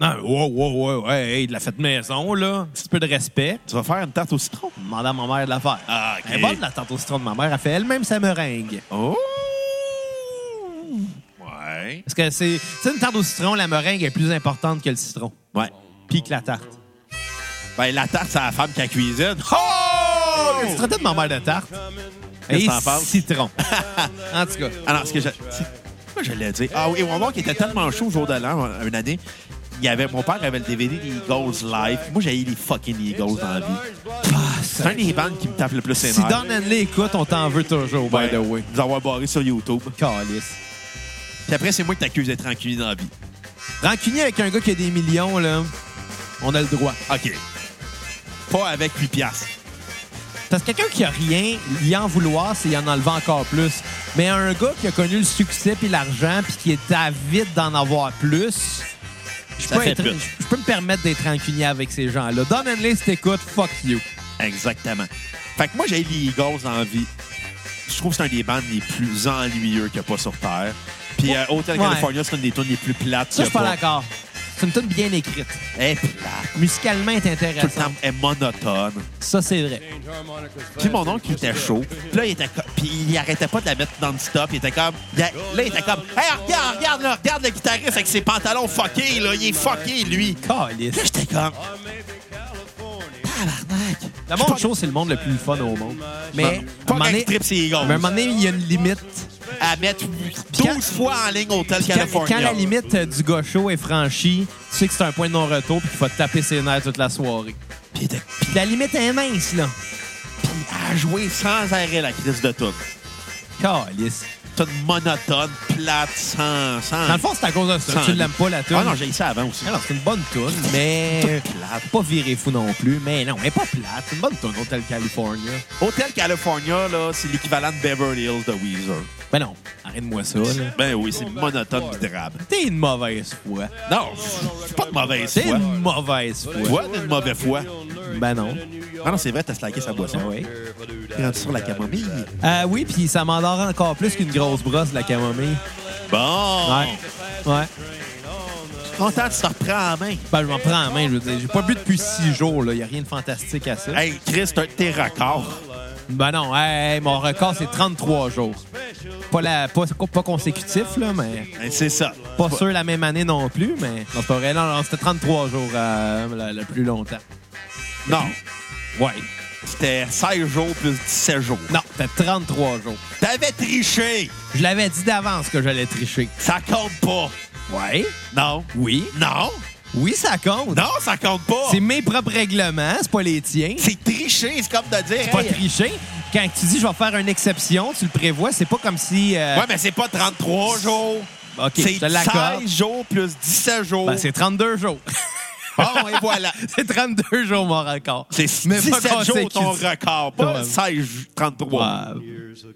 [SPEAKER 3] Non, ouais, ouais, ouais, ouais, hey, de la fête maison, là. Un petit peu de respect.
[SPEAKER 2] Tu vas faire une tarte au citron?
[SPEAKER 3] Demandant à ma mère de la faire.
[SPEAKER 2] Ah, ok.
[SPEAKER 3] Elle est bonne, la tarte au citron de ma mère. Elle fait elle-même sa meringue.
[SPEAKER 2] Oh! Ouais.
[SPEAKER 3] Parce que c'est c'est une tarte au citron, la meringue est plus importante que le citron.
[SPEAKER 2] Ouais.
[SPEAKER 3] Puis que la tarte.
[SPEAKER 2] Ben, la tarte, c'est la femme qui la cuisine. Oh!
[SPEAKER 3] Tu traitais de ma mère de tarte.
[SPEAKER 2] Qu'est-ce
[SPEAKER 3] Et
[SPEAKER 2] que t'en penses?
[SPEAKER 3] citron. <laughs> en tout cas.
[SPEAKER 2] Alors, ce que je. <laughs> c'est- Moi, je l'ai dit. Ah oui, mon oncle était tellement chaud au jour de l'an, euh, une année. Il y avait, mon père avait le DVD des Eagles Live. Moi, j'ai les fucking Eagles dans la vie. C'est un des bandes qui me tape le plus les
[SPEAKER 3] Si
[SPEAKER 2] nerfs.
[SPEAKER 3] Don Henley écoute, on t'en veut toujours, by the way.
[SPEAKER 2] Nous avoir barrés sur YouTube.
[SPEAKER 3] Calice.
[SPEAKER 2] Puis après, c'est moi qui t'accuse d'être tranquille dans la vie.
[SPEAKER 3] Rancunier avec un gars qui a des millions, là, on a le droit.
[SPEAKER 2] OK. Pas avec 8 piastres.
[SPEAKER 3] Parce que quelqu'un qui a rien, y en vouloir, c'est y en enlever encore plus. Mais un gars qui a connu le succès puis l'argent puis qui est avide d'en avoir plus, je
[SPEAKER 2] Ça
[SPEAKER 3] peux,
[SPEAKER 2] fait
[SPEAKER 3] être-
[SPEAKER 2] pute.
[SPEAKER 3] je peux me permettre d'être rancunier avec ces gens-là. Don Henley, si t'écoutes, fuck you.
[SPEAKER 2] Exactement. Fait que moi, j'ai les Eagles dans la vie. Je trouve que c'est un des bandes les plus ennuyeux qu'il n'y a pas sur Terre. Puis euh, Hotel
[SPEAKER 3] Ouais.
[SPEAKER 2] California, c'est une des tunes les plus plates.
[SPEAKER 3] Ça, je
[SPEAKER 2] qu'il
[SPEAKER 3] suis
[SPEAKER 2] y a pas.
[SPEAKER 3] pas d'accord. C'est une tune bien écrite.
[SPEAKER 2] Elle est plate.
[SPEAKER 3] Musicalement, elle est
[SPEAKER 2] Tout le temps,
[SPEAKER 3] intéressante.
[SPEAKER 2] elle est monotone.
[SPEAKER 3] Ça, c'est vrai.
[SPEAKER 2] Puis mon oncle, il était chaud. Puis là, il était co- Puis il arrêtait pas de la mettre non-stop. Il était comme. il a- Là, il était comme. Hey, regarde, regarde, là, regarde le guitariste avec ses pantalons fuckés, là. Il est fucké, lui. Puis
[SPEAKER 3] Calice.
[SPEAKER 2] là, j'étais comme. Tabarnak.
[SPEAKER 3] Le
[SPEAKER 2] Je suis pas-
[SPEAKER 3] monde chaud, c'est le monde le plus fun au monde. Mais à
[SPEAKER 2] Pas
[SPEAKER 3] un
[SPEAKER 2] quand
[SPEAKER 3] moment donné-
[SPEAKER 2] il trip, c'est Eagles.
[SPEAKER 3] mais à un moment donné, il y a une limite.
[SPEAKER 2] à mettre 12
[SPEAKER 3] quand-
[SPEAKER 2] fois en ligne Hotel
[SPEAKER 3] Puis Quand,
[SPEAKER 2] California.
[SPEAKER 3] quand la limite euh, du gaucho est franchie, tu sais que c'est un point de non-retour puis qu'il faut te taper ses nerfs toute la soirée.
[SPEAKER 2] Puis t'as-
[SPEAKER 3] Puis la limite est mince, là.
[SPEAKER 2] puis à jouer sans arrêt la crise de tout.
[SPEAKER 3] Calice.
[SPEAKER 2] Toute monotone, plate, sans. sans
[SPEAKER 3] Dans le fond, c'est à cause de ça.
[SPEAKER 2] sans-
[SPEAKER 3] Tu l'aimes pas, la tune.
[SPEAKER 2] Ah non, j'ai eu ça avant aussi.
[SPEAKER 3] Ah non, c'est une bonne tune, mais...
[SPEAKER 2] Toute plate.
[SPEAKER 3] Pas viré fou non plus, mais non, elle est pas plate. C'est une bonne tune, Hotel California.
[SPEAKER 2] Hotel California, là, c'est l'équivalent de Beverly Hills de Weezer.
[SPEAKER 3] Ben non, arrête-moi ça, là.
[SPEAKER 2] Ben oui, c'est monotone pis drabe.
[SPEAKER 3] T'es une mauvaise foi.
[SPEAKER 2] Non, je suis pas de mauvaise
[SPEAKER 3] T'es
[SPEAKER 2] foi.
[SPEAKER 3] une mauvaise foi.
[SPEAKER 2] Toi, t'es de mauvaise foi.
[SPEAKER 3] Ben non.
[SPEAKER 2] Ah non, c'est vrai, t'as slacké sa boisson.
[SPEAKER 3] Ah oui.
[SPEAKER 2] T'es rendu sur la camomille.
[SPEAKER 3] Euh, oui, puis ça m'endort encore plus qu'une grosse brosse, la camomille.
[SPEAKER 2] Bon,
[SPEAKER 3] Ouais. Ouais.
[SPEAKER 2] content de se reprendre en main.
[SPEAKER 3] Ben, je m'en prends en main, je veux dire. J'ai pas bu depuis six jours, là. Y a rien de fantastique à ça.
[SPEAKER 2] Hey, Chris, t'as un de tes records.
[SPEAKER 3] Ben non, hey, hey, mon record, c'est 33 jours. Pas, la, pas, pas consécutif, là, mais
[SPEAKER 2] Hey, C'est ça.
[SPEAKER 3] pas sûr la même année non plus, mais non, c'est pas vrai. Non, non, c'était 33 jours euh, le, le plus longtemps.
[SPEAKER 2] Non,
[SPEAKER 3] Ouais.
[SPEAKER 2] C'était 16 jours plus 17 jours.
[SPEAKER 3] Non, c'était 33 jours.
[SPEAKER 2] T'avais triché!
[SPEAKER 3] Je l'avais dit d'avance que j'allais tricher.
[SPEAKER 2] Ça compte pas!
[SPEAKER 3] Ouais.
[SPEAKER 2] Non!
[SPEAKER 3] Oui.
[SPEAKER 2] Non!
[SPEAKER 3] Oui, ça compte.
[SPEAKER 2] Non, ça compte pas!
[SPEAKER 3] C'est mes propres règlements, c'est pas les tiens.
[SPEAKER 2] C'est triché, c'est comme de dire.
[SPEAKER 3] C'est pas
[SPEAKER 2] hey,
[SPEAKER 3] tricher. Quand tu dis je vais faire une exception, tu le prévois, c'est pas comme si. euh,
[SPEAKER 2] Ouais, mais c'est pas 33 jours!
[SPEAKER 3] OK, je te
[SPEAKER 2] c'est
[SPEAKER 3] l'accorde.
[SPEAKER 2] 16 jours plus 17 jours.
[SPEAKER 3] Ben, c'est 32 jours.
[SPEAKER 2] <laughs> bon, et voilà!
[SPEAKER 3] <laughs> c'est 32 jours mon record.
[SPEAKER 2] C'est <laughs>
[SPEAKER 3] Mais pas
[SPEAKER 2] 17 jours ton
[SPEAKER 3] consécutif.
[SPEAKER 2] record, pas
[SPEAKER 3] Ouais.
[SPEAKER 2] 16, 33.
[SPEAKER 3] Ouais.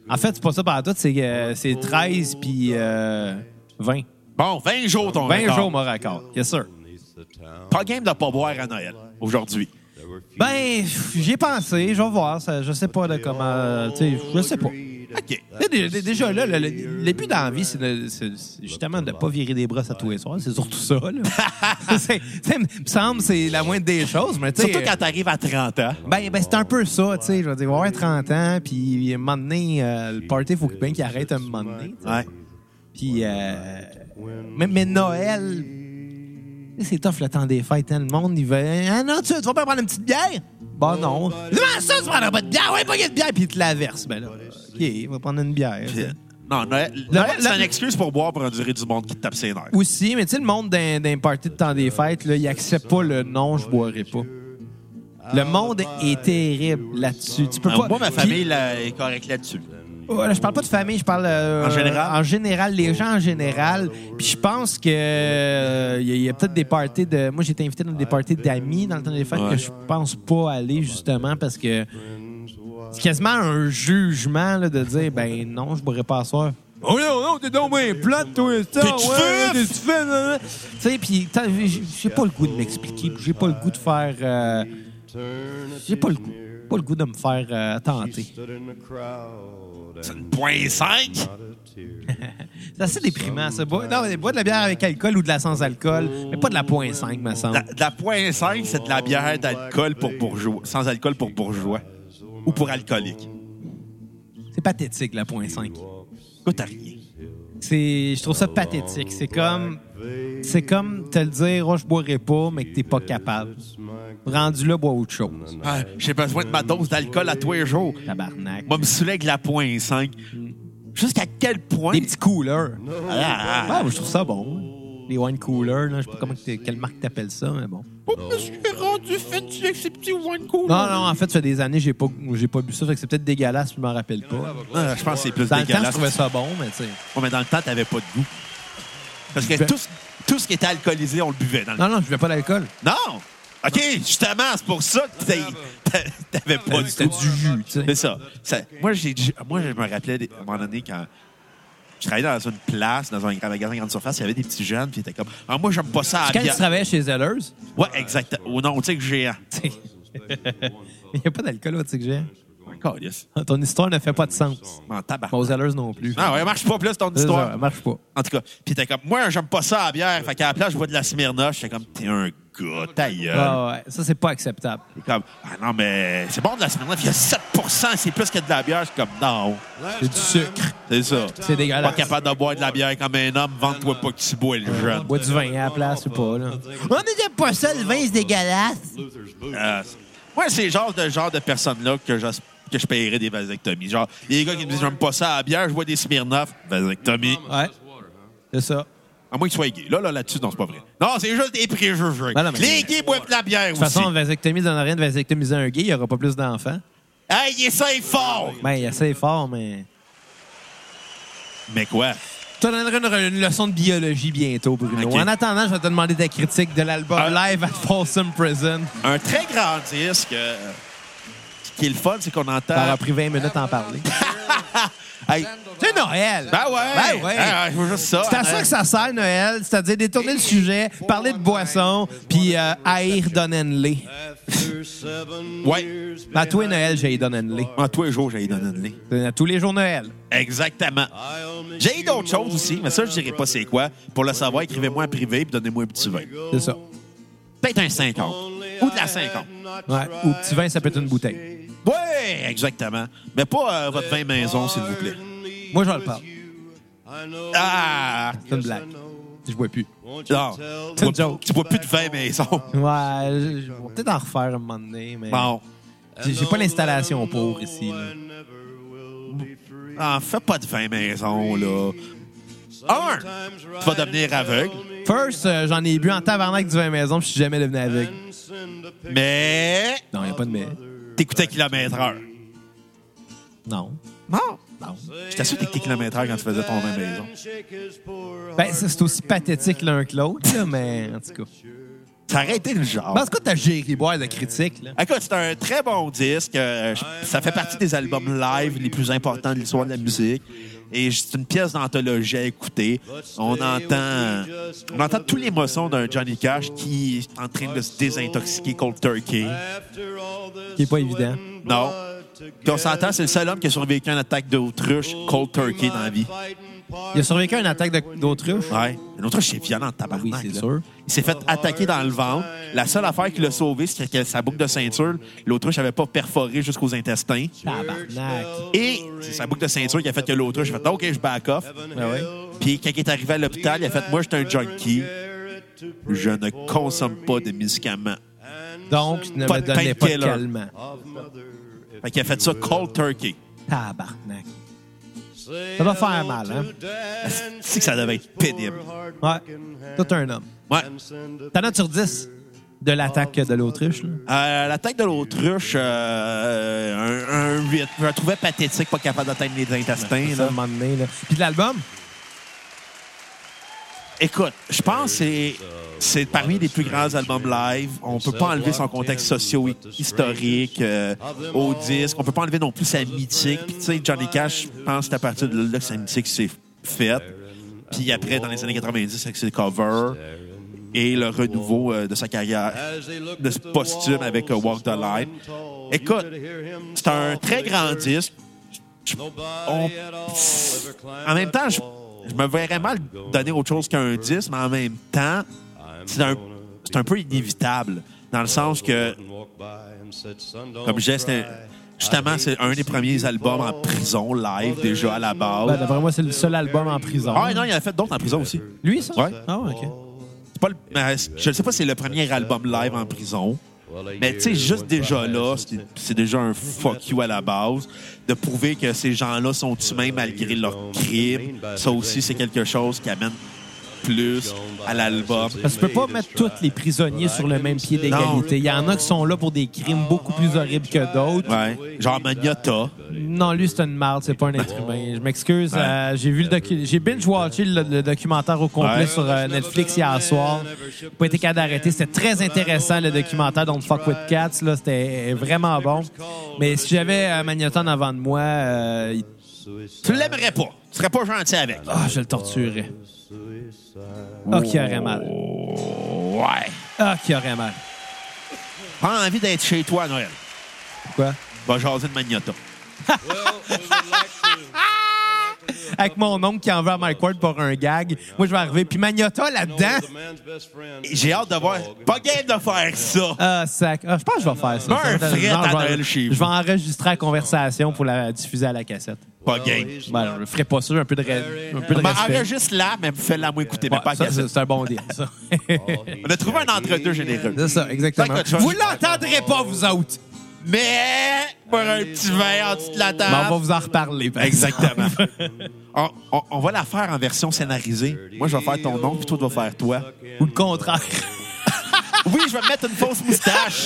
[SPEAKER 3] En fait, c'est pas ça par tout, c'est euh, c'est 13 puis euh, 20.
[SPEAKER 2] Bon, 20 jours ton
[SPEAKER 3] 20
[SPEAKER 2] record.
[SPEAKER 3] jours mon record. Yes sir.
[SPEAKER 2] Pas game de pas boire à Noël aujourd'hui.
[SPEAKER 3] Ben, pff, j'y ai pensé, je vais voir, ça, je sais pas de comment, euh, tu sais, je sais pas.
[SPEAKER 2] OK.
[SPEAKER 3] Là, dé- dé- Déjà là, le, le- le but dans la vie, c'est de- c'est- c'est justement de pas virer des brosses à tous les soirs, c'est surtout ça. Là. <laughs> c'est, c'est- me semble c'est la moindre des choses, mais tu sais,
[SPEAKER 2] Surtout quand t'arrives à 30 ans.
[SPEAKER 3] Ben, ben c'est un peu ça, tu sais. Je veux dire, on va avoir 30 ans, puis à un moment donné, euh, le party, faut bien qu'il arrête un moment donné. tu sais.
[SPEAKER 2] Ouais.
[SPEAKER 3] Puis, euh, mais, mais Noël, c'est tough le temps des fêtes, hein. Le monde, il veut. Ah non, tu, tu vas pas prendre une petite bière? Bah non. Comment ça, tu prendras pas de bière? Ouais, pas qu'il y ait de bière, puis il te la verse. Ben là, OK, on va prendre une bière. tu sais.
[SPEAKER 2] Non, Noël, Noël,
[SPEAKER 3] le-
[SPEAKER 2] c'est une excuse pour boire pour endurer du monde qui te tape ses nerfs.
[SPEAKER 3] Aussi, mais tu sais, le monde d'un, d'un party de temps des fêtes, là, il accepte pas le non, je boirai pas. Le monde est terrible là-dessus. Tu peux
[SPEAKER 2] Ah,
[SPEAKER 3] pas.
[SPEAKER 2] Moi, ma
[SPEAKER 3] Puis-
[SPEAKER 2] famille là, est correcte là-dessus.
[SPEAKER 3] Ouais, là, je parle pas de famille, je parle euh,
[SPEAKER 2] En général?
[SPEAKER 3] En général, Oh. les gens en général. Puis je pense que euh, il y a- il y a, peut-être des parties de. Moi, j'ai été invité dans des parties d'amis dans le temps des fêtes
[SPEAKER 2] Ouais.
[SPEAKER 3] que je pense pas aller justement parce que c'est quasiment un jugement là, de dire ben non, je boirai pas à soir. Oh non, non, t'es donc bien plate, toi, ça.
[SPEAKER 2] T'es-tu
[SPEAKER 3] ouais,
[SPEAKER 2] fif?
[SPEAKER 3] t'es-tu fif, nan, nan. Tu sais, puis t'as- j'ai j'ai pas le goût de m'expliquer, puis j'ai pas le goût de faire. euh, j'ai pas le goût. Pas le goût de me faire euh, tenter.
[SPEAKER 2] C'est une point 5.
[SPEAKER 3] C'est assez déprimant, ça. Boire, non, mais boire de la bière avec alcool ou de la sans alcool, mais pas de la point 5, me
[SPEAKER 2] La,
[SPEAKER 3] semble.
[SPEAKER 2] de la point 5, c'est de la bière d'alcool pour bourgeois. Sans alcool pour bourgeois. Ou pour alcoolique.
[SPEAKER 3] C'est pathétique, la point 5.
[SPEAKER 2] Écoute, t'as rien.
[SPEAKER 3] C'est, je trouve ça pathétique. C'est comme, c'est comme te le dire, oh, je boirai pas, mais que t'es pas capable. Rendu là, bois autre chose.
[SPEAKER 2] Ah, J'ai besoin de ma dose d'alcool à tous les jours.
[SPEAKER 3] Tabarnak.
[SPEAKER 2] Moi, me saouler avec la point 5. Jusqu'à quel point...
[SPEAKER 3] Des petits coolers.
[SPEAKER 2] Ah, ah,
[SPEAKER 3] Ouais, moi, je trouve ça bon. Les wine coolers, là, je sais pas comment que t'es- quelle marque t'appelles ça, mais bon.
[SPEAKER 2] Oh, mais je suis rendu fatigué avec ces petits wine cool.
[SPEAKER 3] Non, non, en fait, ça fait des années, j'ai pas, j'ai pas bu ça, fait que c'est peut-être dégueulasse, je m'en rappelle pas.
[SPEAKER 2] Ah, je pense que c'est plus
[SPEAKER 3] Dans le temps, je
[SPEAKER 2] dégueulasse.
[SPEAKER 3] trouvais ça bon, mais tu sais.
[SPEAKER 2] Ouais, mais dans le temps, t'avais pas de goût. Parce que
[SPEAKER 3] Ben-
[SPEAKER 2] tout, ce- tout ce qui était alcoolisé, on le buvait. Dans le-
[SPEAKER 3] Non, non, je buvais pas d'alcool.
[SPEAKER 2] Non! OK, justement, c'est pour ça que t'as- t'a- t'avais pas du
[SPEAKER 3] Ben, C'était
[SPEAKER 2] tout.
[SPEAKER 3] du jus, tu sais.
[SPEAKER 2] C'est ça. Ça- moi, j'ai, j'ai- moi, je me rappelais des- à un moment donné quand je travaillais dans une place, dans un grand magasin de grande surface, il y avait des petits jeunes, puis ils étaient comme Ah, moi, j'aime pas ça à la
[SPEAKER 3] Quand tu
[SPEAKER 2] bière.
[SPEAKER 3] travaillais chez Zellers, <laughs>
[SPEAKER 2] Ouais, exact. Au nom, tu sais que j'ai.
[SPEAKER 3] il n'y a pas d'alcool au Tigre.
[SPEAKER 2] Calice.
[SPEAKER 3] Ton histoire ne fait pas de sens.
[SPEAKER 2] M'en tabac.
[SPEAKER 3] Pas aux Zellers non plus.
[SPEAKER 2] Non, ouais, marche pas plus ton
[SPEAKER 3] C'est ça,
[SPEAKER 2] histoire.
[SPEAKER 3] ça marche pas.
[SPEAKER 2] En tout cas, puis t'es comme, moi, j'aime pas ça à la bière. Fait qu'à la place, je bois de la Smirnoff. J'étais comme, t'es un gars, ta gueule.
[SPEAKER 3] Ah ouais, ça, c'est pas acceptable.
[SPEAKER 2] T'es comme, ah non, mais c'est bon de la Smirnoff. Il y a 7 c'est plus que de la bière. Je suis comme, non. <laughs>
[SPEAKER 3] C'est du sucre.
[SPEAKER 2] C'est ça.
[SPEAKER 3] C'est dégueulasse.
[SPEAKER 2] Pas capable de boire de la bière comme un homme. Vente-toi pas que tu bois le jeune.
[SPEAKER 3] Bois du vin à la place ou pas, là. On n'aime pas ça, le vin, c'est dégueulasse.
[SPEAKER 2] Euh, moi, c'est le genre de, genre de personnes-là que je, que je paierais des vasectomies. Genre, les gars qui me disent, j'aime pas ça à la bière, je bois des Smirnoff. Vasectomie.
[SPEAKER 3] Ouais. C'est ça.
[SPEAKER 2] À moins qu'ils soient gays. Là, là, là-dessus, non, c'est pas vrai. Non, c'est juste des préjugés.
[SPEAKER 3] Non, non, mais-
[SPEAKER 2] les gays boivent de la bière
[SPEAKER 3] De
[SPEAKER 2] aussi.
[SPEAKER 3] toute façon, vasectomie donne rien de vasectomiser un gay, il n'y aura pas plus d'enfants.
[SPEAKER 2] Hey, il est sain fort!
[SPEAKER 3] Ben, il essaie fort, mais.
[SPEAKER 2] Mais quoi?
[SPEAKER 3] Tu te donneras une, re- une leçon de biologie bientôt, Bruno.
[SPEAKER 2] Ok.
[SPEAKER 3] En attendant, je vais te demander ta critique de l'album
[SPEAKER 2] Ah.
[SPEAKER 3] Live at Folsom Prison.
[SPEAKER 2] Un très grand disque. euh, ce qui est le fun, c'est qu'on entend.
[SPEAKER 3] Ça aura pris 20 minutes à en parler.
[SPEAKER 2] <laughs> Hey,
[SPEAKER 3] C'est Noël!
[SPEAKER 2] Ben ouais!
[SPEAKER 3] Ben ouais!
[SPEAKER 2] Ah, je veux juste ça.
[SPEAKER 3] C'est à ça que ça sert, Noël, c'est-à-dire détourner le sujet, parler de boissons, puis euh, haïr Don Henley. Ben,
[SPEAKER 1] After seven
[SPEAKER 2] Ouais.
[SPEAKER 1] years
[SPEAKER 3] À tous les Noël, j'ai Don Henley.
[SPEAKER 2] En tous les jours, j'allais donner une ligne.
[SPEAKER 3] C'est À tous les jours Noël.
[SPEAKER 2] Exactement.
[SPEAKER 1] I'll miss
[SPEAKER 2] J'ai
[SPEAKER 1] you
[SPEAKER 2] d'autres choses
[SPEAKER 1] more
[SPEAKER 2] aussi,
[SPEAKER 1] than
[SPEAKER 2] mais ça,
[SPEAKER 1] I
[SPEAKER 2] je dirais
[SPEAKER 1] ever
[SPEAKER 2] pas c'est quoi. Pour le savoir, écrivez-moi en privé et donnez-moi un petit vin.
[SPEAKER 3] C'est ça.
[SPEAKER 2] Peut-être un 50.
[SPEAKER 1] Only
[SPEAKER 2] Ou de la
[SPEAKER 1] I
[SPEAKER 2] 50.
[SPEAKER 1] had not
[SPEAKER 3] Ouais.
[SPEAKER 1] tried
[SPEAKER 3] Ou petit vin, ça peut être une bouteille.
[SPEAKER 2] Ouais, exactement. Mais pas euh, votre vin maison, s'il vous plaît.
[SPEAKER 1] Pardon.
[SPEAKER 3] Moi, j'en le parle.
[SPEAKER 1] I know.
[SPEAKER 2] Ah!
[SPEAKER 3] C'est une blague. Je bois plus.
[SPEAKER 1] Won't you
[SPEAKER 2] Non.
[SPEAKER 1] tell
[SPEAKER 2] Tu
[SPEAKER 3] une
[SPEAKER 2] bois,
[SPEAKER 3] joke.
[SPEAKER 2] tu bois plus de vin maison.
[SPEAKER 3] Ouais, je- je vais peut-être en refaire un moment donné, mais
[SPEAKER 2] Bon.
[SPEAKER 3] j'ai j'ai pas l'installation pour ici. là.
[SPEAKER 2] En Ah, fais pas de vin maison, là. Un, tu vas devenir aveugle,
[SPEAKER 3] First, euh, j'en ai bu en tabarnak du vin maison, puis je suis jamais devenu avec.
[SPEAKER 2] mais
[SPEAKER 3] Non, y a pas de mais.
[SPEAKER 2] t'écoutais kilomètre heure.
[SPEAKER 3] Non.
[SPEAKER 2] Non.
[SPEAKER 3] Non.
[SPEAKER 2] Je t'assure que t'étais kilomètre heure quand tu faisais ton vin maison.
[SPEAKER 3] Ben, c'est c'est aussi pathétique l'un que l'autre, là, mais en tout cas.
[SPEAKER 2] Ça aurait été le genre.
[SPEAKER 3] Parce que t'as géré les boires de critique, là.
[SPEAKER 2] Écoute, c'est un très bon disque. Euh, je- ça fait partie des albums live les plus importants de l'histoire de la musique. Et c'est une pièce d'anthologie à écouter. On entend, on entend tous les moissons d'un Johnny Cash qui est en train de se désintoxiquer cold turkey.
[SPEAKER 3] Qui est pas évident.
[SPEAKER 2] Non. Puis on s'entend, c'est le seul homme qui a survécu à une attaque d'autruche cold turkey dans la vie.
[SPEAKER 3] Il a survécu à une attaque de- d'autruche.
[SPEAKER 2] Ouais. Une autruche, c'est violent, tabarnak.
[SPEAKER 3] Oui, c'est
[SPEAKER 2] là.
[SPEAKER 3] sûr.
[SPEAKER 2] Il s'est fait attaquer dans le ventre. La seule affaire qui l'a sauvé, c'est que sa boucle de ceinture, l'autruche n'avait pas perforé jusqu'aux intestins.
[SPEAKER 3] Tabarnak.
[SPEAKER 2] Et c'est sa boucle de ceinture qui a fait que l'autre, j'ai fait OK, je back off.
[SPEAKER 3] Ben ouais.
[SPEAKER 2] Puis quand il est arrivé à l'hôpital, il a fait Moi, j'étais un junkie. Je ne consomme pas de médicaments.
[SPEAKER 3] Donc, ne
[SPEAKER 2] Pas
[SPEAKER 3] me
[SPEAKER 2] de
[SPEAKER 3] donnais pas de
[SPEAKER 2] painkiller.
[SPEAKER 3] calmant.
[SPEAKER 2] Fait qu'il a fait ça cold turkey.
[SPEAKER 3] Tabarnak. Ça doit faire mal, hein?
[SPEAKER 2] C'est que ça devait être pénible.
[SPEAKER 3] Ouais. Tout un homme.
[SPEAKER 2] Ouais.
[SPEAKER 3] T'en as sur 10 de l'attaque de l'Autriche, là?
[SPEAKER 2] Euh, la tête de l'autruche, euh, un, un 8. Je la trouvais pathétique, pas capable d'atteindre les intestins.
[SPEAKER 3] Ça, à
[SPEAKER 2] là.
[SPEAKER 3] un moment donné, là. Puis de l'album?
[SPEAKER 2] Écoute, je pense que c'est- c'est parmi les plus grands albums live. On peut pas enlever son contexte socio-historique euh, au disque. On peut pas enlever non plus sa mythique. Puis, tu sais, Johnny Cash, je pense que c'est à partir de là que sa mythique s'est faite. Puis après, dans les années 90, avec ses covers et le renouveau euh, de sa carrière de ce posthume avec euh, Walk the Line. Écoute, c'est un très grand disque. On- En même temps, je, je me verrais mal donner autre chose qu'un 10, mais en même temps, c'est un, c'est un peu inévitable. Dans le sens que, comme je disais, c'était- justement, c'est un des premiers albums en prison, live, déjà à la
[SPEAKER 3] Ben,
[SPEAKER 2] base.
[SPEAKER 3] d'après moi, c'est le seul album en prison.
[SPEAKER 2] Ah non, il en a fait d'autres en prison aussi.
[SPEAKER 3] Lui, ça?
[SPEAKER 2] Ouais.
[SPEAKER 3] Ah, ouais, OK.
[SPEAKER 2] C'est Pas le- mais je ne sais pas si c'est le premier album live en prison. Mais tu sais, juste déjà là, c'est- c'est déjà un fuck you à la base. De prouver que ces gens-là sont humains malgré leurs crimes, ça aussi, c'est quelque chose qui amène plus à l'album.
[SPEAKER 3] Parce que tu peux pas mettre tous les prisonniers sur le même pied d'égalité. Il y en a qui sont là pour des crimes beaucoup plus horribles que d'autres.
[SPEAKER 2] Ouais. Genre Magnata.
[SPEAKER 3] Non, lui, c'est une marde, c'est pas un être humain. Je m'excuse. euh, j'ai vu le docu- j'ai binge-watché le, le documentaire au complet
[SPEAKER 2] Ouais.
[SPEAKER 3] sur euh, Netflix hier soir. J'ai Pas été capable d'arrêter. C'était très intéressant, le documentaire Don't Fuck With Cats. Là, c'était vraiment bon. Mais si j'avais un en avant de moi, euh, il-
[SPEAKER 2] Tu l'aimerais pas. Tu serais pas gentil avec.
[SPEAKER 3] ah, je le torturerais. Ah, qu'il aurait mal.
[SPEAKER 2] Oh, Ouais.
[SPEAKER 3] Ah, qu'il aurait mal.
[SPEAKER 2] Pas envie d'être chez toi à Noël.
[SPEAKER 3] Pourquoi?
[SPEAKER 2] Va jaser de Magnata.
[SPEAKER 3] Avec mon oncle qui envoie à Mike Ward pour un gag. Moi, je vais arriver. Puis
[SPEAKER 2] <laughs>
[SPEAKER 3] Magnota là-dedans.
[SPEAKER 2] J'ai hâte de voir. Pas game de faire ça.
[SPEAKER 3] Ah, sac. Ah, je pense que je vais faire ça.
[SPEAKER 2] Mets un
[SPEAKER 3] Ça,
[SPEAKER 2] fret
[SPEAKER 3] non,
[SPEAKER 2] à
[SPEAKER 3] je vais-
[SPEAKER 2] Noël chez vous.
[SPEAKER 3] Je vais enregistrer la conversation pour la diffuser à la cassette.
[SPEAKER 1] Ah
[SPEAKER 2] Pas game.
[SPEAKER 3] Ben, je le ferai pas ça, un peu de, re- un peu de
[SPEAKER 2] Ben,
[SPEAKER 3] respect.
[SPEAKER 2] Enregistre-la, mais fais-la moi écouter. mais
[SPEAKER 3] Ouais,
[SPEAKER 2] pas à
[SPEAKER 3] ça,
[SPEAKER 2] cassette.
[SPEAKER 3] c'est c'est un bon deal, ça.
[SPEAKER 2] On a trouvé un entre-deux généreux.
[SPEAKER 3] <laughs> c'est ça, exactement.
[SPEAKER 2] Fait que tu vas-
[SPEAKER 3] Vous l'entendrez pas, vous autres.
[SPEAKER 2] Mais pour un petit verre en dessous de la
[SPEAKER 3] Mais Ben, on va
[SPEAKER 2] table.
[SPEAKER 3] vous en reparler. par
[SPEAKER 2] Exactement. <laughs> on, on- on va la faire en version scénarisée. Moi, je vais faire ton nom, puis toi, tu vas faire toi.
[SPEAKER 3] exemple. Ou le contraire. <laughs>
[SPEAKER 2] Oui, je vais me mettre une fausse moustache.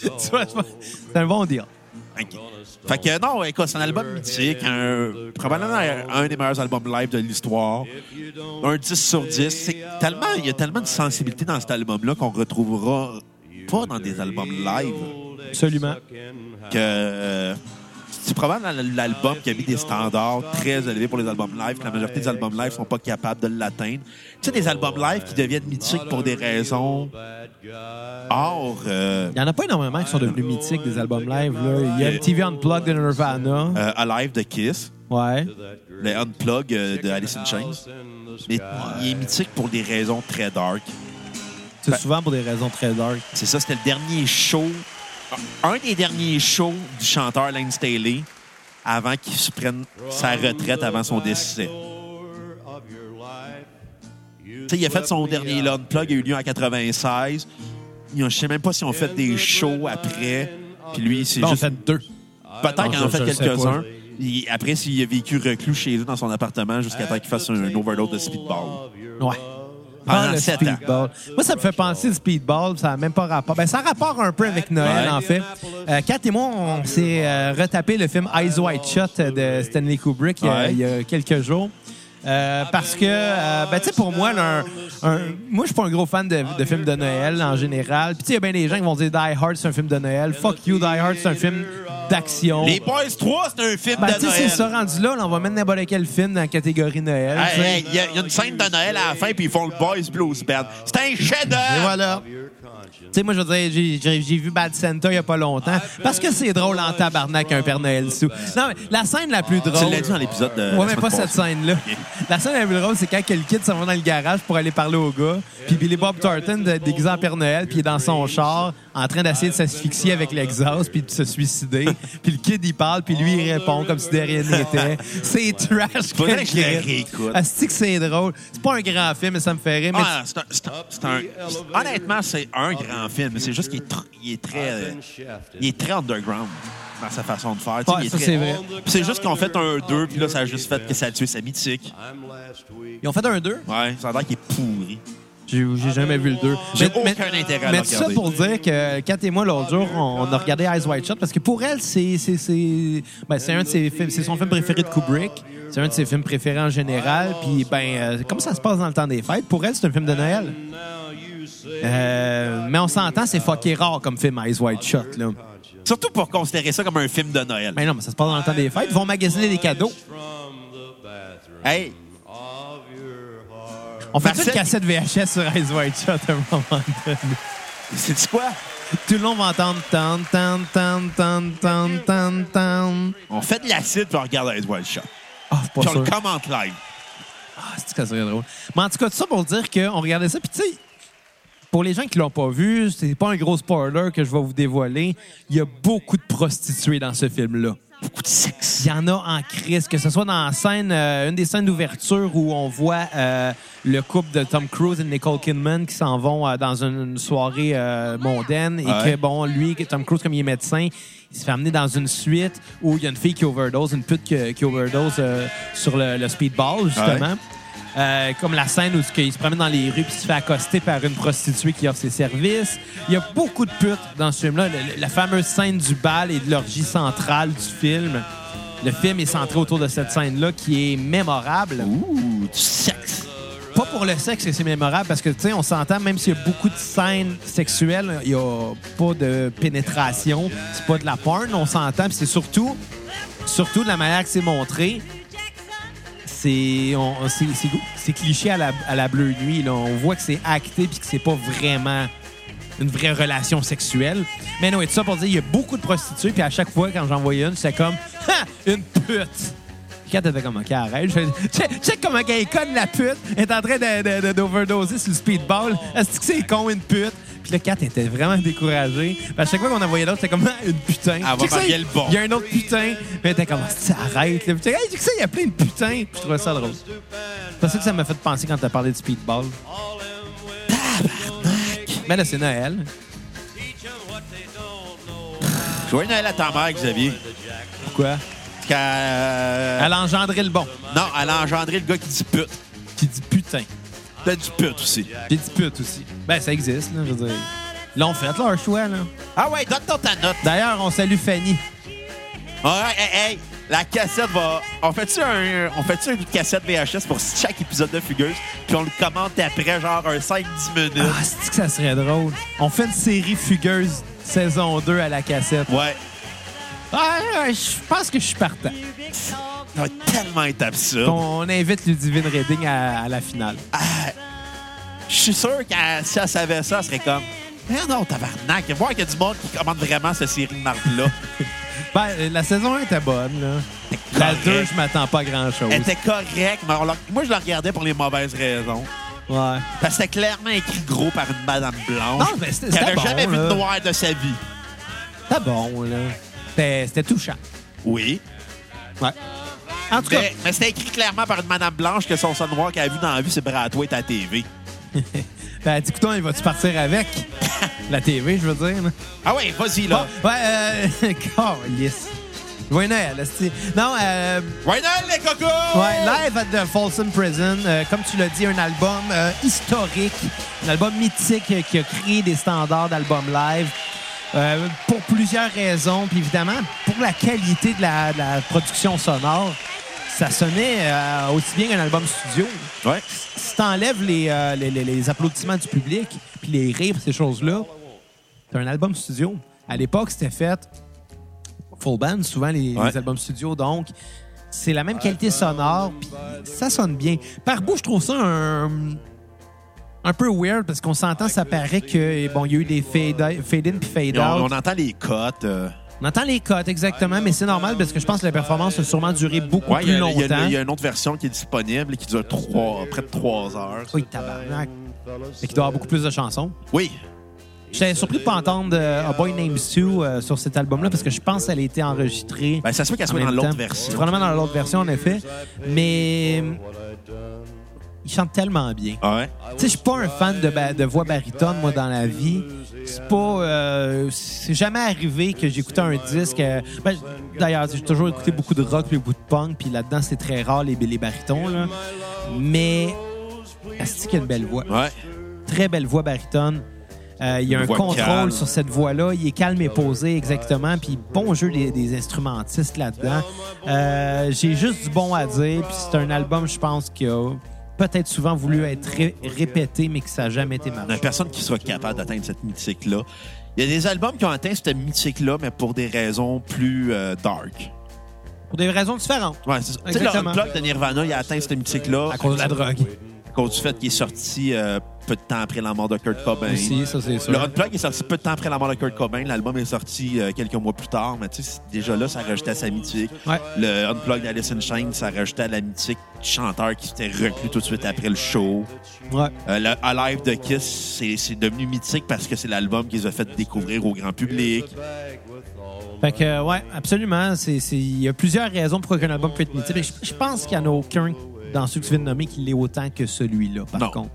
[SPEAKER 3] Tu vois, je pense- c'est un bon deal.
[SPEAKER 2] Ok. Fait que non, écoute, c'est un album mythique, un- probablement un, un des meilleurs albums live de l'histoire. Un 10 sur 10. C'est tellement, il y a tellement de sensibilité dans cet album-là qu'on retrouvera pas dans des albums live.
[SPEAKER 3] Absolument.
[SPEAKER 2] Que euh, c'est probablement l'al- l'album qui a mis des standards très élevés pour les albums live, que la majorité des albums live sont pas capables de l'atteindre. Tu sais, des albums live qui deviennent mythiques pour des raisons hors. euh,
[SPEAKER 3] Il y en a pas énormément qui sont devenus mythiques des albums live. Là. Il y a MTV Unplugged de Nirvana.
[SPEAKER 2] euh, Alive de Kiss,
[SPEAKER 3] Ouais.
[SPEAKER 2] le Unplug euh, de Alice in Chains. euh, Mais il est mythique pour des raisons très dark.
[SPEAKER 3] C'est souvent pour des raisons très dark.
[SPEAKER 2] C'est ça, c'était le dernier show, un des derniers shows du chanteur Lane Staley avant qu'il se prenne sa retraite avant son décès. Tu sais, il a fait son dernier Lone Plug, il a eu lieu en 96. Ils ont- Je sais même pas si on fait des shows après. Puis lui, c'est
[SPEAKER 3] Là, ben, on
[SPEAKER 2] juste.
[SPEAKER 3] fait deux.
[SPEAKER 2] Peut-être
[SPEAKER 3] Non,
[SPEAKER 2] qu'il
[SPEAKER 3] je-
[SPEAKER 2] en fait
[SPEAKER 3] je le sais
[SPEAKER 2] quelques-uns.
[SPEAKER 3] pas.
[SPEAKER 2] Il- Après, s'il a vécu reclus chez eux dans son appartement jusqu'à temps qu'il fasse un overdose de speedball.
[SPEAKER 3] Ouais.
[SPEAKER 2] Pendant
[SPEAKER 3] Ah, le
[SPEAKER 2] sept ans.
[SPEAKER 3] speedball. Moi, ça me fait penser le speedball. Ça n'a même pas rapport. Ben, ça a rapport un peu avec Noël,
[SPEAKER 2] Ouais.
[SPEAKER 3] en fait. Euh, Kat et moi, on s'est euh, retapé le film Eyes Wide Shut de Stanley Kubrick il y a-
[SPEAKER 2] Ouais.
[SPEAKER 3] il, y a, quelques jours. Euh, parce que, euh, ben, tu sais, pour moi, là, un- un- moi, je suis pas un gros fan de, de films de Noël en général. Puis, tu sais, il y a bien des gens qui vont dire Die Hard, c'est un film de Noël. Fuck you, Die Hard, c'est un film d'action.
[SPEAKER 2] Les Boys 3, c'est un film
[SPEAKER 3] Ben,
[SPEAKER 2] de
[SPEAKER 3] tu sais, c'est
[SPEAKER 2] Noël.
[SPEAKER 3] ça rendu là, là, on va mettre n'importe quel film dans la catégorie Noël. tu
[SPEAKER 2] Il
[SPEAKER 3] sais.
[SPEAKER 2] y, a- y a une scène de Noël à la fin, puis ils font le Boys Blues Band. C'est un
[SPEAKER 3] Et
[SPEAKER 2] chef-d'œuvre!
[SPEAKER 3] voilà. Tu sais, moi, je veux dire, j'ai- j'ai j'ai vu Bad Santa il n'y a pas longtemps. Parce que c'est drôle en tabarnak, un Père Noël sous. Non, mais la scène la plus drôle.
[SPEAKER 2] Ah. Tu l'as dit dans l'épisode de. <laughs>
[SPEAKER 3] Ouais,
[SPEAKER 2] la
[SPEAKER 3] mais
[SPEAKER 2] semaine
[SPEAKER 3] pas
[SPEAKER 2] passée.
[SPEAKER 3] cette scène-là. La scène la plus drôle, c'est quand quelqu'un s'en va dans le garage pour aller parler au gars. Puis Billy Bob Thornton, de- déguisé en Père Noël, puis il est dans son char, en train d'essayer de s'asphyxier avec l'exhaust, puis de se suicider. puis le kid, il parle, puis lui, il répond comme si de rien n'était. C'est trash.
[SPEAKER 2] Faudrait que je le
[SPEAKER 3] crête.
[SPEAKER 2] réécoute.
[SPEAKER 3] Asti que c'est drôle. C'est pas un grand film, mais ça me fait rire. Mais
[SPEAKER 2] Ah, c'est un- c'est un- c'est un- c'est- honnêtement, c'est un grand film. C'est juste qu'il est, tr- il est très. euh, Il est très underground dans sa façon de faire. tu sais,
[SPEAKER 3] Ouais,
[SPEAKER 2] il est
[SPEAKER 3] ça,
[SPEAKER 2] très-
[SPEAKER 3] c'est vrai.
[SPEAKER 2] Puis c'est juste qu'on fait un 2, puis là, ça a juste fait que ça a tué sa mythique.
[SPEAKER 3] ils ont fait un 2.
[SPEAKER 2] Ouais, ça a l'air qu'il est pourri.
[SPEAKER 3] J'ai j'ai jamais vu le 2.
[SPEAKER 2] J'ai aucun intérêt à
[SPEAKER 3] Mais
[SPEAKER 2] le
[SPEAKER 3] tout ça
[SPEAKER 2] regarder.
[SPEAKER 3] pour dire que Kat et moi, l'autre jour, on, on a regardé Eyes Wide Shut parce que pour elle, c'est c'est- c'est- ben, c'est un de ses films- c'est son film préféré de Kubrick. C'est un de ses films préférés en général. Puis, ben, euh, comme ça se passe dans le temps des fêtes, pour elle, c'est un film de Noël. Euh, mais on s'entend, c'est fucké rare comme film Eyes Wide Shut. Là.
[SPEAKER 2] Surtout pour considérer ça comme un film de Noël.
[SPEAKER 3] Mais non, mais ça se passe dans le temps des fêtes. Ils vont magasiner des cadeaux.
[SPEAKER 2] Hey,
[SPEAKER 3] On fait
[SPEAKER 2] Marcel-
[SPEAKER 3] une cassette VHS sur Eyes Wide Shut à un moment donné.
[SPEAKER 2] c'est-tu quoi?
[SPEAKER 3] Tout le long, on va entendre tan, tan, tan, tan, tan, tan, tan.
[SPEAKER 2] On fait de l'acide, puis on regarde Ice Wild Shot.
[SPEAKER 3] Ah, c'est pas
[SPEAKER 2] Puis on
[SPEAKER 3] sûr.
[SPEAKER 2] le commente live.
[SPEAKER 3] Ah, c'est que ça serait drôle. Mais en tout cas, tout ça pour dire qu'on regardait ça. Puis tu sais, pour les gens qui l'ont pas vu, c'est pas un gros spoiler que je vais vous dévoiler. Il y a beaucoup de prostituées dans ce film-là.
[SPEAKER 2] Beaucoup de sexe.
[SPEAKER 3] Il y en a en crise, que ce soit dans la scène, euh, une des scènes d'ouverture où on voit euh, le couple de Tom Cruise et Nicole Kidman qui s'en vont euh, dans une, une soirée euh, mondaine et
[SPEAKER 2] Ouais.
[SPEAKER 3] que, bon, lui, que Tom Cruise, comme il est médecin, Il se fait amener dans une suite où il y a une fille qui overdose, une pute qui, qui overdose euh, sur le, le speedball, justement. Euh, comme la scène où il se promène dans les rues puis se fait accoster par une prostituée qui offre ses services. Il y a beaucoup de putes dans ce film-là. Le- le- La fameuse scène du bal et de l'orgie centrale du film. Le film est centré autour de cette scène-là qui est mémorable
[SPEAKER 2] Ouh, du sexe.
[SPEAKER 3] pas pour le sexe que c'est mémorable parce que tu sais on s'entend même s'il y a beaucoup de scènes sexuelles il y a pas de pénétration c'est pas de la porn on s'entend Puis c'est surtout surtout de la manière que c'est montré c'est on- c'est c'est go- c'est cliché à la, à la bleue nuit là. on voit que c'est acté puis que c'est pas vraiment une vraie relation sexuelle. Mais non, et tout ça pour dire, il y a beaucoup de prostituées, puis à chaque fois, quand j'en voyais une, c'était comme, ha, une pute! Puis Kat était comme, OK, arrête. Je fais, <laughs> check, check comment elle est conne, la pute. Elle est en train de- de- de- d'overdoser sur le speedball. Est-ce que c'est con, une pute? Puis là, Kat était vraiment découragée. Puis à chaque fois qu'on en voyait l'autre, c'était comme, Ah, une putain.
[SPEAKER 2] va
[SPEAKER 3] Check ça,
[SPEAKER 2] marier le bon.
[SPEAKER 3] Il y a un autre putain. Puis elle était comme, Ah, arrête. Là. Puis j'étais, hey, check ça, il y a plein de putains. Puis je trouvais ça drôle. C'est pour ça que ça m'a fait penser quand t'as parlé de speedball. Mais là, c'est Noël.
[SPEAKER 2] Joyeux Noël à ta mère, Xavier.
[SPEAKER 3] Pourquoi?
[SPEAKER 2] Qu'elle-
[SPEAKER 3] Elle a engendré le bon.
[SPEAKER 2] Non, elle a engendré le gars qui dit pute.
[SPEAKER 3] Qui dit putain.
[SPEAKER 2] T'as du pute aussi.
[SPEAKER 3] Puis dit pute aussi. Ben, ça existe, là, je veux dire. L'ont fait, leur choix, là.
[SPEAKER 2] Ah ouais, donne-toi ta note.
[SPEAKER 3] D'ailleurs, on salue Fanny.
[SPEAKER 2] Ah, hey, hey, la cassette va. On fait-tu un, on fait une cassette VHS pour chaque épisode de Fugueuse, puis on le commente après genre un 5-10 minutes.
[SPEAKER 3] Ah, cest que ça serait drôle? On fait une série fugueuse saison 2 à la cassette.
[SPEAKER 2] Ouais,
[SPEAKER 3] Ah, ouais, je pense que je suis partant.
[SPEAKER 2] ça va être tellement être absurde.
[SPEAKER 3] On invite Ludivine Redding à, à la finale.
[SPEAKER 2] Je suis sûr que si elle savait ça, elle serait comme. Eh non, tabarnak, voir qu'il y a du monde qui commande vraiment cette série de marque-là.
[SPEAKER 3] Ben, euh, la saison 1 était bonne, là. La
[SPEAKER 2] Correct.
[SPEAKER 3] 2, je m'attends pas à grand-chose.
[SPEAKER 2] Elle était correcte, mais on la- moi, je la regardais pour les mauvaises raisons.
[SPEAKER 3] Ouais.
[SPEAKER 2] Parce que c'était clairement écrit gros par une madame blanche.
[SPEAKER 3] Non, mais c'était-
[SPEAKER 2] qui
[SPEAKER 3] c'était
[SPEAKER 2] n'avait
[SPEAKER 3] bon,
[SPEAKER 2] jamais vu
[SPEAKER 3] là.
[SPEAKER 2] de noir de sa vie.
[SPEAKER 3] C'était bon, là. C'était c'était touchant.
[SPEAKER 2] Oui.
[SPEAKER 3] Ouais. En tout cas,
[SPEAKER 2] Ben, Mais, mais c'était écrit clairement par une madame blanche que son son noir qu'elle a vu dans la vie, c'est Bratouette à la TV.
[SPEAKER 3] ben, dis toi il va-tu partir avec la TV, je veux dire, là?
[SPEAKER 2] Ah ouais, vas-y, là.
[SPEAKER 3] Bon, ouais, euh. <laughs> Calice. Joyeux Noël, esti. Non, euh.
[SPEAKER 2] Ouais, Noël, les cocos!
[SPEAKER 3] Ouais, Live at the Folsom Prison, euh, comme tu l'as dit, un album euh, historique, un album mythique euh, qui a créé des standards d'albums live. euh, pour plusieurs raisons, puis évidemment pour la qualité de la, de la production sonore, ça sonnait euh, aussi bien qu'un album studio.
[SPEAKER 2] Ouais.
[SPEAKER 3] Si t'enlèves les, euh, les, les- les applaudissements du public, puis les rires, ces choses-là, c'est un album studio. À l'époque, c'était fait full band, souvent les,
[SPEAKER 2] Ouais.
[SPEAKER 3] les albums studio, donc c'est la même qualité sonore, puis ça sonne bien. Par bout, je trouve ça un, un peu weird, parce qu'on s'entend, ça paraît que eh, bon, il y a eu des fade-in puis
[SPEAKER 2] Et On,
[SPEAKER 3] fade-out.
[SPEAKER 2] on entend les cotes. euh.
[SPEAKER 3] On entend les cotes, exactement, mais c'est normal, parce que je pense que la performance a sûrement duré beaucoup
[SPEAKER 2] Ouais, il y,
[SPEAKER 3] plus
[SPEAKER 2] a- il y a-
[SPEAKER 3] longtemps.
[SPEAKER 2] il y a une autre version qui est disponible et qui dure trois, près de trois heures.
[SPEAKER 3] Oui, tabarnak. Fait qu'il doit avoir beaucoup plus de chansons.
[SPEAKER 2] Oui.
[SPEAKER 3] J'étais surpris de pas entendre euh, A Boy Named Sue euh, sur cet album-là parce que je pense qu'elle a été enregistrée.
[SPEAKER 2] Ben, ça se peut qu'elle
[SPEAKER 3] en
[SPEAKER 2] soit
[SPEAKER 3] même
[SPEAKER 2] dans l'autre
[SPEAKER 3] temps.
[SPEAKER 2] version.
[SPEAKER 3] Probablement dans l'autre version, en effet. Mais euh, il chante tellement bien.
[SPEAKER 2] Ah ouais?
[SPEAKER 3] Tu sais, je suis pas un fan de, ba- de voix baritone, moi, dans la vie. C'est pas... euh, c'est jamais arrivé que j'écoutais un disque... euh, ben, D'ailleurs, j'ai toujours écouté beaucoup de rock puis beaucoup de punk, puis là-dedans, c'est très rare, les, les baritons, là. Mais... Est-ce qu'il y a une belle voix?
[SPEAKER 2] Ouais.
[SPEAKER 3] très belle voix baritone. Euh, il y a
[SPEAKER 2] Une
[SPEAKER 3] un
[SPEAKER 2] voix
[SPEAKER 3] contrôle
[SPEAKER 2] calme.
[SPEAKER 3] sur cette voix-là. Il est calme et posé, exactement. Puis bon jeu des, des instrumentistes là-dedans. Euh, J'ai juste du bon à dire. Puis c'est un album, je pense, qui a peut-être souvent voulu être ré- répété, mais que ça n'a jamais été
[SPEAKER 2] Il n'y a
[SPEAKER 3] marqué.
[SPEAKER 2] personne qui sera capable d'atteindre cette mythique-là. Il y a des albums qui ont atteint cette mythique-là, mais pour des raisons plus euh, dark.
[SPEAKER 3] Pour des raisons différentes.
[SPEAKER 2] Ouais, c'est ça. Tu sais, le
[SPEAKER 3] Exactement.
[SPEAKER 2] Unplugged de Nirvana, il a atteint cette mythique-là
[SPEAKER 3] À cause de la drogue.
[SPEAKER 2] à cause du fait qu'il est sorti euh, peu de temps après la mort de Kurt Cobain.
[SPEAKER 3] Euh, Aussi, ça, c'est
[SPEAKER 2] Le
[SPEAKER 3] sûr.
[SPEAKER 2] Unplugged est sorti peu de temps après la mort de Kurt Cobain. L'album est sorti euh, quelques mois plus tard, mais tu sais, c'est- déjà là, ça rajoutait à sa mythique.
[SPEAKER 3] Ouais.
[SPEAKER 2] Le Unplugged d'Alice in Chains, ça rajoutait à la mythique du chanteur qui s'était reclus tout de suite après le show.
[SPEAKER 3] Ouais.
[SPEAKER 2] Euh, le Alive de Kiss, c'est- c'est devenu mythique parce que c'est l'album qu'ils ont fait découvrir au grand public.
[SPEAKER 3] Fait que, euh, ouais, absolument. C'est- c'est- Il y a plusieurs raisons pourquoi un album peut être mythique. Mais Je, je pense qu'il n'y en a aucun dans ceux que tu viens de nommer qui l'est autant que celui-là, par
[SPEAKER 2] Non.
[SPEAKER 3] contre.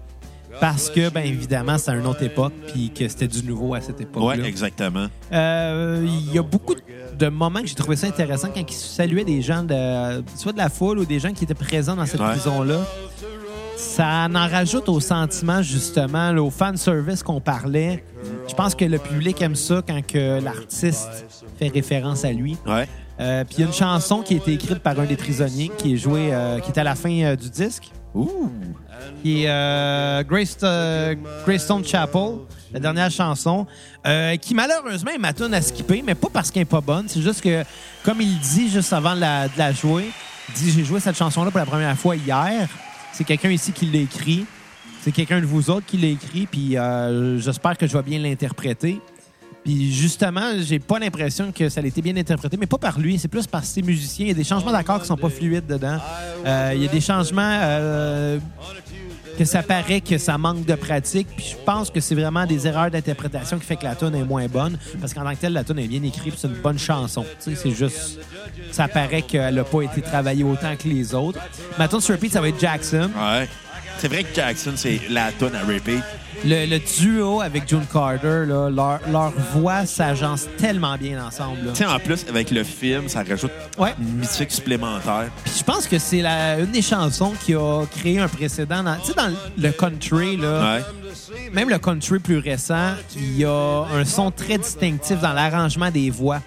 [SPEAKER 3] Parce que, ben évidemment, c'est à une autre époque, puis que c'était du nouveau à cette époque-là.
[SPEAKER 2] Ouais, exactement.
[SPEAKER 3] Euh, Il y a beaucoup de de moments que j'ai trouvé ça intéressant quand il saluait des gens, de, soit de la foule ou des gens qui étaient présents dans cette
[SPEAKER 2] Ouais.
[SPEAKER 3] prison-là. Ça en rajoute au sentiment, justement, là, au fan service qu'on parlait. Je pense que le public aime ça quand que l'artiste fait référence à lui.
[SPEAKER 2] Ouais.
[SPEAKER 3] Euh, Puis il y a une chanson qui a été écrite par un des prisonniers qui est jouée, euh, qui est à la fin euh, du disque
[SPEAKER 2] Ouh.
[SPEAKER 3] qui est euh, Grace- euh, Greystone Chapel, la dernière chanson, euh, qui malheureusement est ma tune à skipper, mais pas parce qu'elle n'est pas bonne, c'est juste que, comme il dit juste avant de la, de la jouer, il dit J'ai joué cette chanson-là pour la première fois hier. C'est quelqu'un ici qui l'a écrit. C'est quelqu'un de vous autres qui l'a écrit, puis euh, j'espère que je vais bien l'interpréter. Puis justement, j'ai pas l'impression que ça a été bien interprété, mais pas par lui, c'est plus par ses musiciens. Il y a des changements d'accords qui sont pas fluides dedans. Euh, Il y a des changements euh, que ça paraît que ça manque de pratique. Puis je pense que c'est vraiment des erreurs d'interprétation qui fait que la tune est moins bonne. Parce qu'en tant que telle, la tune est bien écrite, puis c'est une bonne chanson. Tu sais, c'est juste, ça paraît qu'elle n'a pas été travaillée autant que les autres. Ma tune sur repeat, ça va être Jackson.
[SPEAKER 2] Ouais. C'est vrai que Jackson, c'est la tonne à repeat.
[SPEAKER 3] Le, le duo avec June Carter, là, leur, leur voix s'agence tellement bien ensemble. là.
[SPEAKER 2] Tu sais, en plus, avec le film, ça rajoute
[SPEAKER 3] Ouais.
[SPEAKER 2] une mythique supplémentaire.
[SPEAKER 3] Puis je pense que c'est la- une des chansons qui a créé un précédent. dans- Tu sais, dans le country, là.
[SPEAKER 2] Ouais.
[SPEAKER 3] Même le country plus récent, il y a un son très distinctif dans l'arrangement des voix.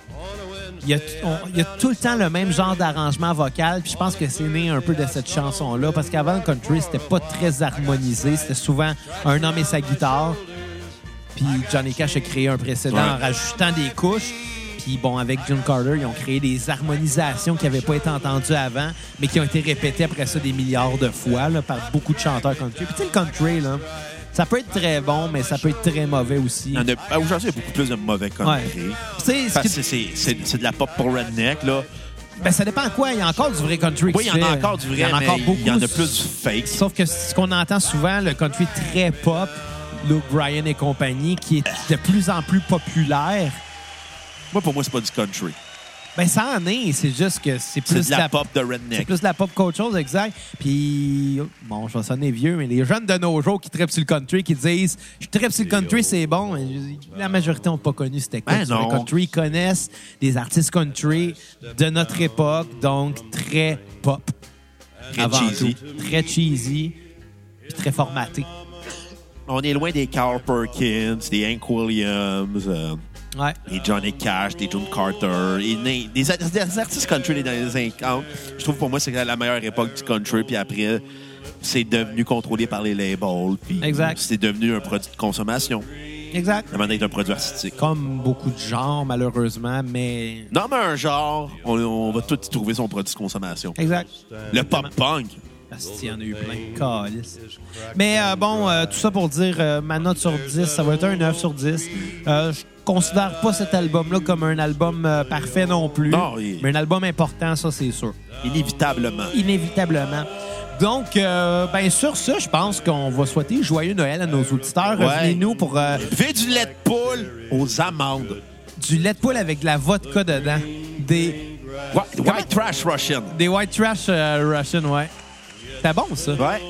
[SPEAKER 3] Il y, a, on- il y a tout le temps le même genre d'arrangement vocal, puis je pense que c'est né un peu de cette chanson-là, parce qu'avant le country, c'était pas très harmonisé, c'était souvent un homme et sa guitare, puis Johnny Cash a créé un précédent
[SPEAKER 2] Ouais.
[SPEAKER 3] en rajoutant des couches, puis bon, avec June Carter, ils ont créé des harmonisations qui n'avaient pas été entendues avant, mais qui ont été répétées après ça des milliards de fois là, par beaucoup de chanteurs country. Puis tu sais, le country, là, ça peut être très bon, mais ça peut être très mauvais aussi.
[SPEAKER 2] Il y en a- ah, Aujourd'hui, il y a beaucoup plus de mauvais
[SPEAKER 3] Ouais.
[SPEAKER 2] country.
[SPEAKER 3] Tu sais, ce
[SPEAKER 2] Parce
[SPEAKER 3] qui-
[SPEAKER 2] que c'est- c'est c'est de la pop pour redneck, là.
[SPEAKER 3] Ben, ça dépend à quoi. Il y a encore du vrai country.
[SPEAKER 2] Oui,
[SPEAKER 3] qui
[SPEAKER 2] il y en
[SPEAKER 3] se
[SPEAKER 2] a
[SPEAKER 3] fait.
[SPEAKER 2] encore du vrai,
[SPEAKER 3] Il y en a
[SPEAKER 2] mais
[SPEAKER 3] encore beaucoup.
[SPEAKER 2] il y en a plus du fake.
[SPEAKER 3] Sauf que ce qu'on entend souvent, le country très pop, Luke Bryan et compagnie, qui est de plus en plus populaire,
[SPEAKER 2] Moi, pour moi, c'est pas du country.
[SPEAKER 3] ben ça en est. C'est juste que c'est plus
[SPEAKER 2] C'est de la, pop de redneck.
[SPEAKER 3] C'est plus de la pop qu'autre chose, exact. Puis, bon, je vais sonner vieux, mais les jeunes de nos jours qui trippent sur le country, qui disent « Je trippe sur le country, c'est bon. » La majorité n'ont pas connu c'était quoi
[SPEAKER 2] Ben
[SPEAKER 3] du vrai
[SPEAKER 2] non.
[SPEAKER 3] country. Ils connaissent des artistes country de notre époque, donc très pop.
[SPEAKER 2] Très
[SPEAKER 3] avant
[SPEAKER 2] cheesy.
[SPEAKER 3] tout. Très cheesy, puis très formaté.
[SPEAKER 2] On est loin des Carl Perkins, des Hank Williams, euh,
[SPEAKER 3] Ouais.
[SPEAKER 2] des Johnny Cash, des June Carter, et des, des ar- des artistes country des années 50. Je trouve pour moi c'est la meilleure époque du country, puis après, c'est devenu contrôlé par les labels, puis
[SPEAKER 3] Exact.
[SPEAKER 2] c'est devenu un produit de consommation,
[SPEAKER 3] Exact.
[SPEAKER 2] avant d'être un produit artistique.
[SPEAKER 3] Comme beaucoup de genres, malheureusement, mais...
[SPEAKER 2] Non, mais un genre, on, on va tout y trouver son produit de consommation.
[SPEAKER 3] Exact.
[SPEAKER 2] Le pop-punk.
[SPEAKER 3] Parce qu'il y en a eu plein. Calice. Mais euh, bon, euh, tout ça pour dire, euh, ma note sur 10, ça va être un 9 sur 10. Euh, je considère pas cet album-là comme un album euh, parfait non plus.
[SPEAKER 2] Non, il-
[SPEAKER 3] Mais un album important, ça, c'est sûr.
[SPEAKER 2] Inévitablement.
[SPEAKER 3] Inévitablement. Donc, euh, ben sur ça, je pense qu'on va souhaiter joyeux Noël à nos auditeurs.
[SPEAKER 2] Ouais.
[SPEAKER 3] Revenez-nous pour euh,
[SPEAKER 2] Fais du lait de poule aux amandes.
[SPEAKER 3] du lait de poule avec de la vodka dedans. Des,
[SPEAKER 2] White, white trash Russian.
[SPEAKER 3] des white trash euh, Russian, ouais. C'était bon, ça.
[SPEAKER 2] Ouais.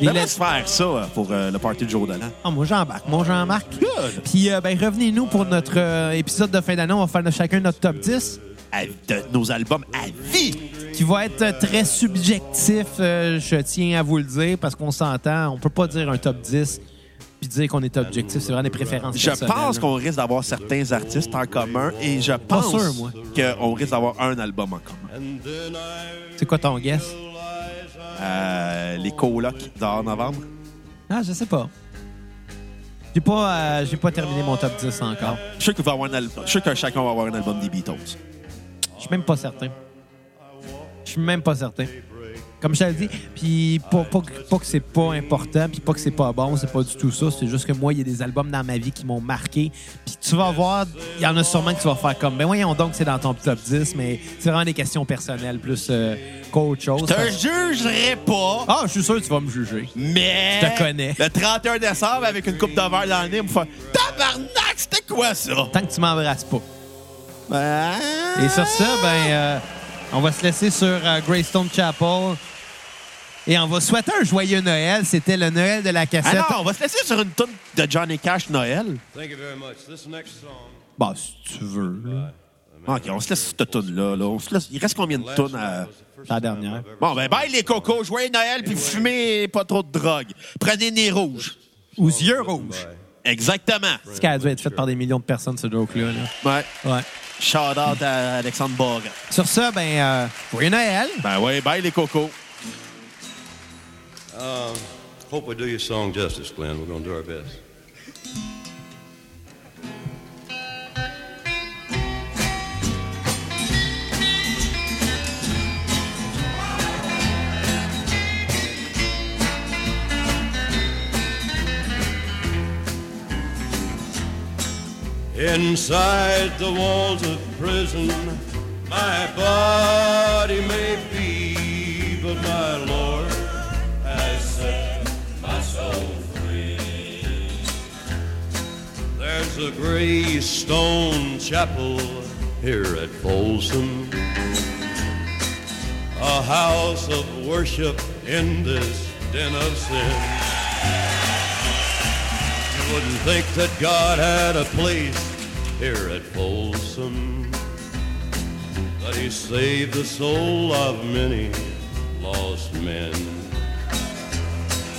[SPEAKER 3] Des
[SPEAKER 2] Comment
[SPEAKER 3] lait-
[SPEAKER 2] se faire ça euh, pour euh, le party du jour de l'an?
[SPEAKER 3] Ah, moi, j'embarque. Moi, j'embarque.
[SPEAKER 2] Good.
[SPEAKER 3] Puis, euh, ben, revenez-nous pour notre euh, épisode de fin d'année. On va faire de chacun notre top 10,
[SPEAKER 2] À- de nos albums à vie.
[SPEAKER 3] qui va être euh, très subjectif, euh, je tiens à vous le dire, parce qu'on s'entend. On peut pas dire un top 10 puis dire qu'on est objectif. C'est vraiment des préférences
[SPEAKER 2] Je
[SPEAKER 3] personnelles,
[SPEAKER 2] pense
[SPEAKER 3] là.
[SPEAKER 2] qu'on risque d'avoir certains artistes en commun et je pense
[SPEAKER 3] sûr, moi.
[SPEAKER 2] qu'on risque d'avoir un album en commun.
[SPEAKER 3] C'est quoi ton guess?
[SPEAKER 2] Euh, les colocs d'or novembre.
[SPEAKER 3] Ah, je sais pas. J'ai pas, euh, j'ai pas terminé mon top 10 encore.
[SPEAKER 2] Je sais, qu'il va avoir un al- je sais que chacun va avoir un album des Beatles.
[SPEAKER 3] Je suis même pas certain. Je suis même pas certain. Comme je te le dis, puis pas, pas que- pas que c'est pas important, puis pas que c'est pas bon, c'est pas du tout ça. C'est juste que moi, il y a des albums dans ma vie qui m'ont marqué. Puis tu vas voir, il y en a sûrement que tu vas faire comme, ben voyons donc, c'est dans ton top 10, mais c'est vraiment des questions personnelles plus euh, qu'autre chose.
[SPEAKER 2] Te
[SPEAKER 3] Parce-
[SPEAKER 2] jugerai pas,
[SPEAKER 3] Ah, je suis sûr que tu vas me juger.
[SPEAKER 2] mais.
[SPEAKER 3] Je te connais.
[SPEAKER 2] Le 31 décembre, avec une coupe de verre dans le nez, me faire Tabarnak, c'était quoi ça?
[SPEAKER 3] Tant que tu m'embrasses pas.
[SPEAKER 2] Ben-
[SPEAKER 3] Et sur ça, ben, euh, on va se laisser sur euh, Greystone Chapel. Et on va souhaiter un joyeux Noël. C'était le Noël de la
[SPEAKER 2] Ah
[SPEAKER 3] cassette.
[SPEAKER 2] non, on va se laisser sur une tonne de Johnny Cash Noël.
[SPEAKER 1] Thank you very much. This next song.
[SPEAKER 3] Bah, si tu veux. là.
[SPEAKER 1] I mean,
[SPEAKER 2] OK, on se laisse sur cette toune-là. là. On se laisse- Il reste combien de tonnes à...
[SPEAKER 3] La dernière.
[SPEAKER 2] Bon, ben, bye les cocos, joyeux Noël, puis fumez pas trop de drogue. Prenez nez rouge.
[SPEAKER 3] Aux yeux rouges.
[SPEAKER 2] Exactement.
[SPEAKER 3] Ce qui a dû être fait par des millions de personnes, ce joke-là. là.
[SPEAKER 2] Ouais.
[SPEAKER 3] Ouais.
[SPEAKER 2] Shout out à Alexandre Barra.
[SPEAKER 3] Sur ça, ben, euh, joyeux Noël.
[SPEAKER 2] Ben ouais, bye les cocos.
[SPEAKER 1] Hope we do your song justice, Glenn. We're going to do our best. Inside the walls of prison, my body may be, but my Lord has set my soul free. There's a gray stone chapel here at Folsom, a house of worship in this den of sin. You wouldn't think that God had a place here at Folsom, but He saved the soul of many lost men.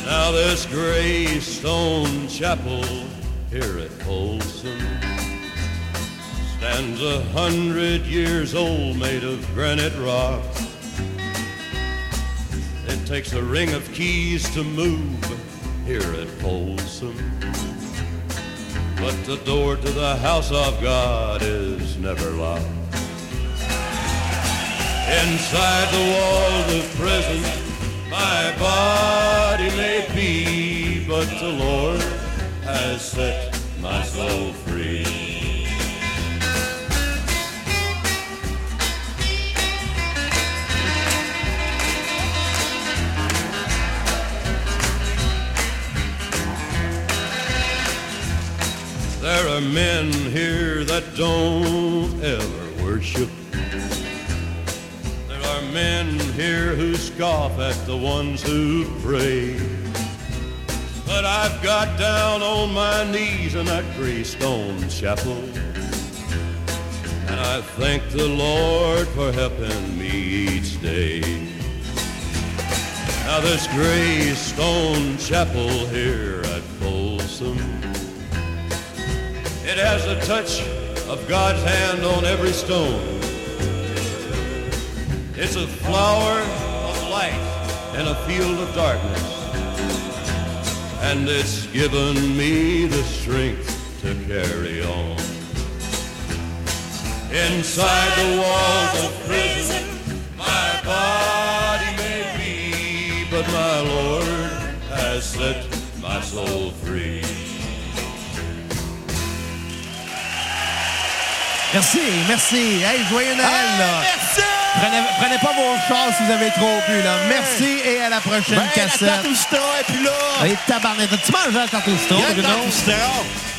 [SPEAKER 1] Now this gray stone chapel here at Folsom stands a hundred years old, made of granite rock. It takes a ring of keys to move here at Folsom. But the door to the house of God is never locked. Inside the walls of prison, my body may be, but the Lord has set my soul free. There are men here that don't ever worship. There are men here who scoff at the ones who pray. But I've got down on my knees in that gray stone chapel. And I thank the Lord for helping me each day. Now this gray stone chapel here at Folsom. It has a touch of God's hand on every stone. It's a flower of light in a field of darkness. And it's given me the strength to carry on. Inside the walls of prison, my body may be, but my Lord has set my soul free.
[SPEAKER 3] Merci, merci. Hey, joyeux Noël, là. Prenez, prenez pas vos chars si vous avez trop bu, là. Merci et à la prochaine
[SPEAKER 2] Ben, la
[SPEAKER 3] cassette.
[SPEAKER 2] tarte au citron est plus là!
[SPEAKER 3] Allez, tabarnak. Tu manges la tarte au citron,
[SPEAKER 2] Il y a la
[SPEAKER 3] Bruno?
[SPEAKER 2] tarte au citron.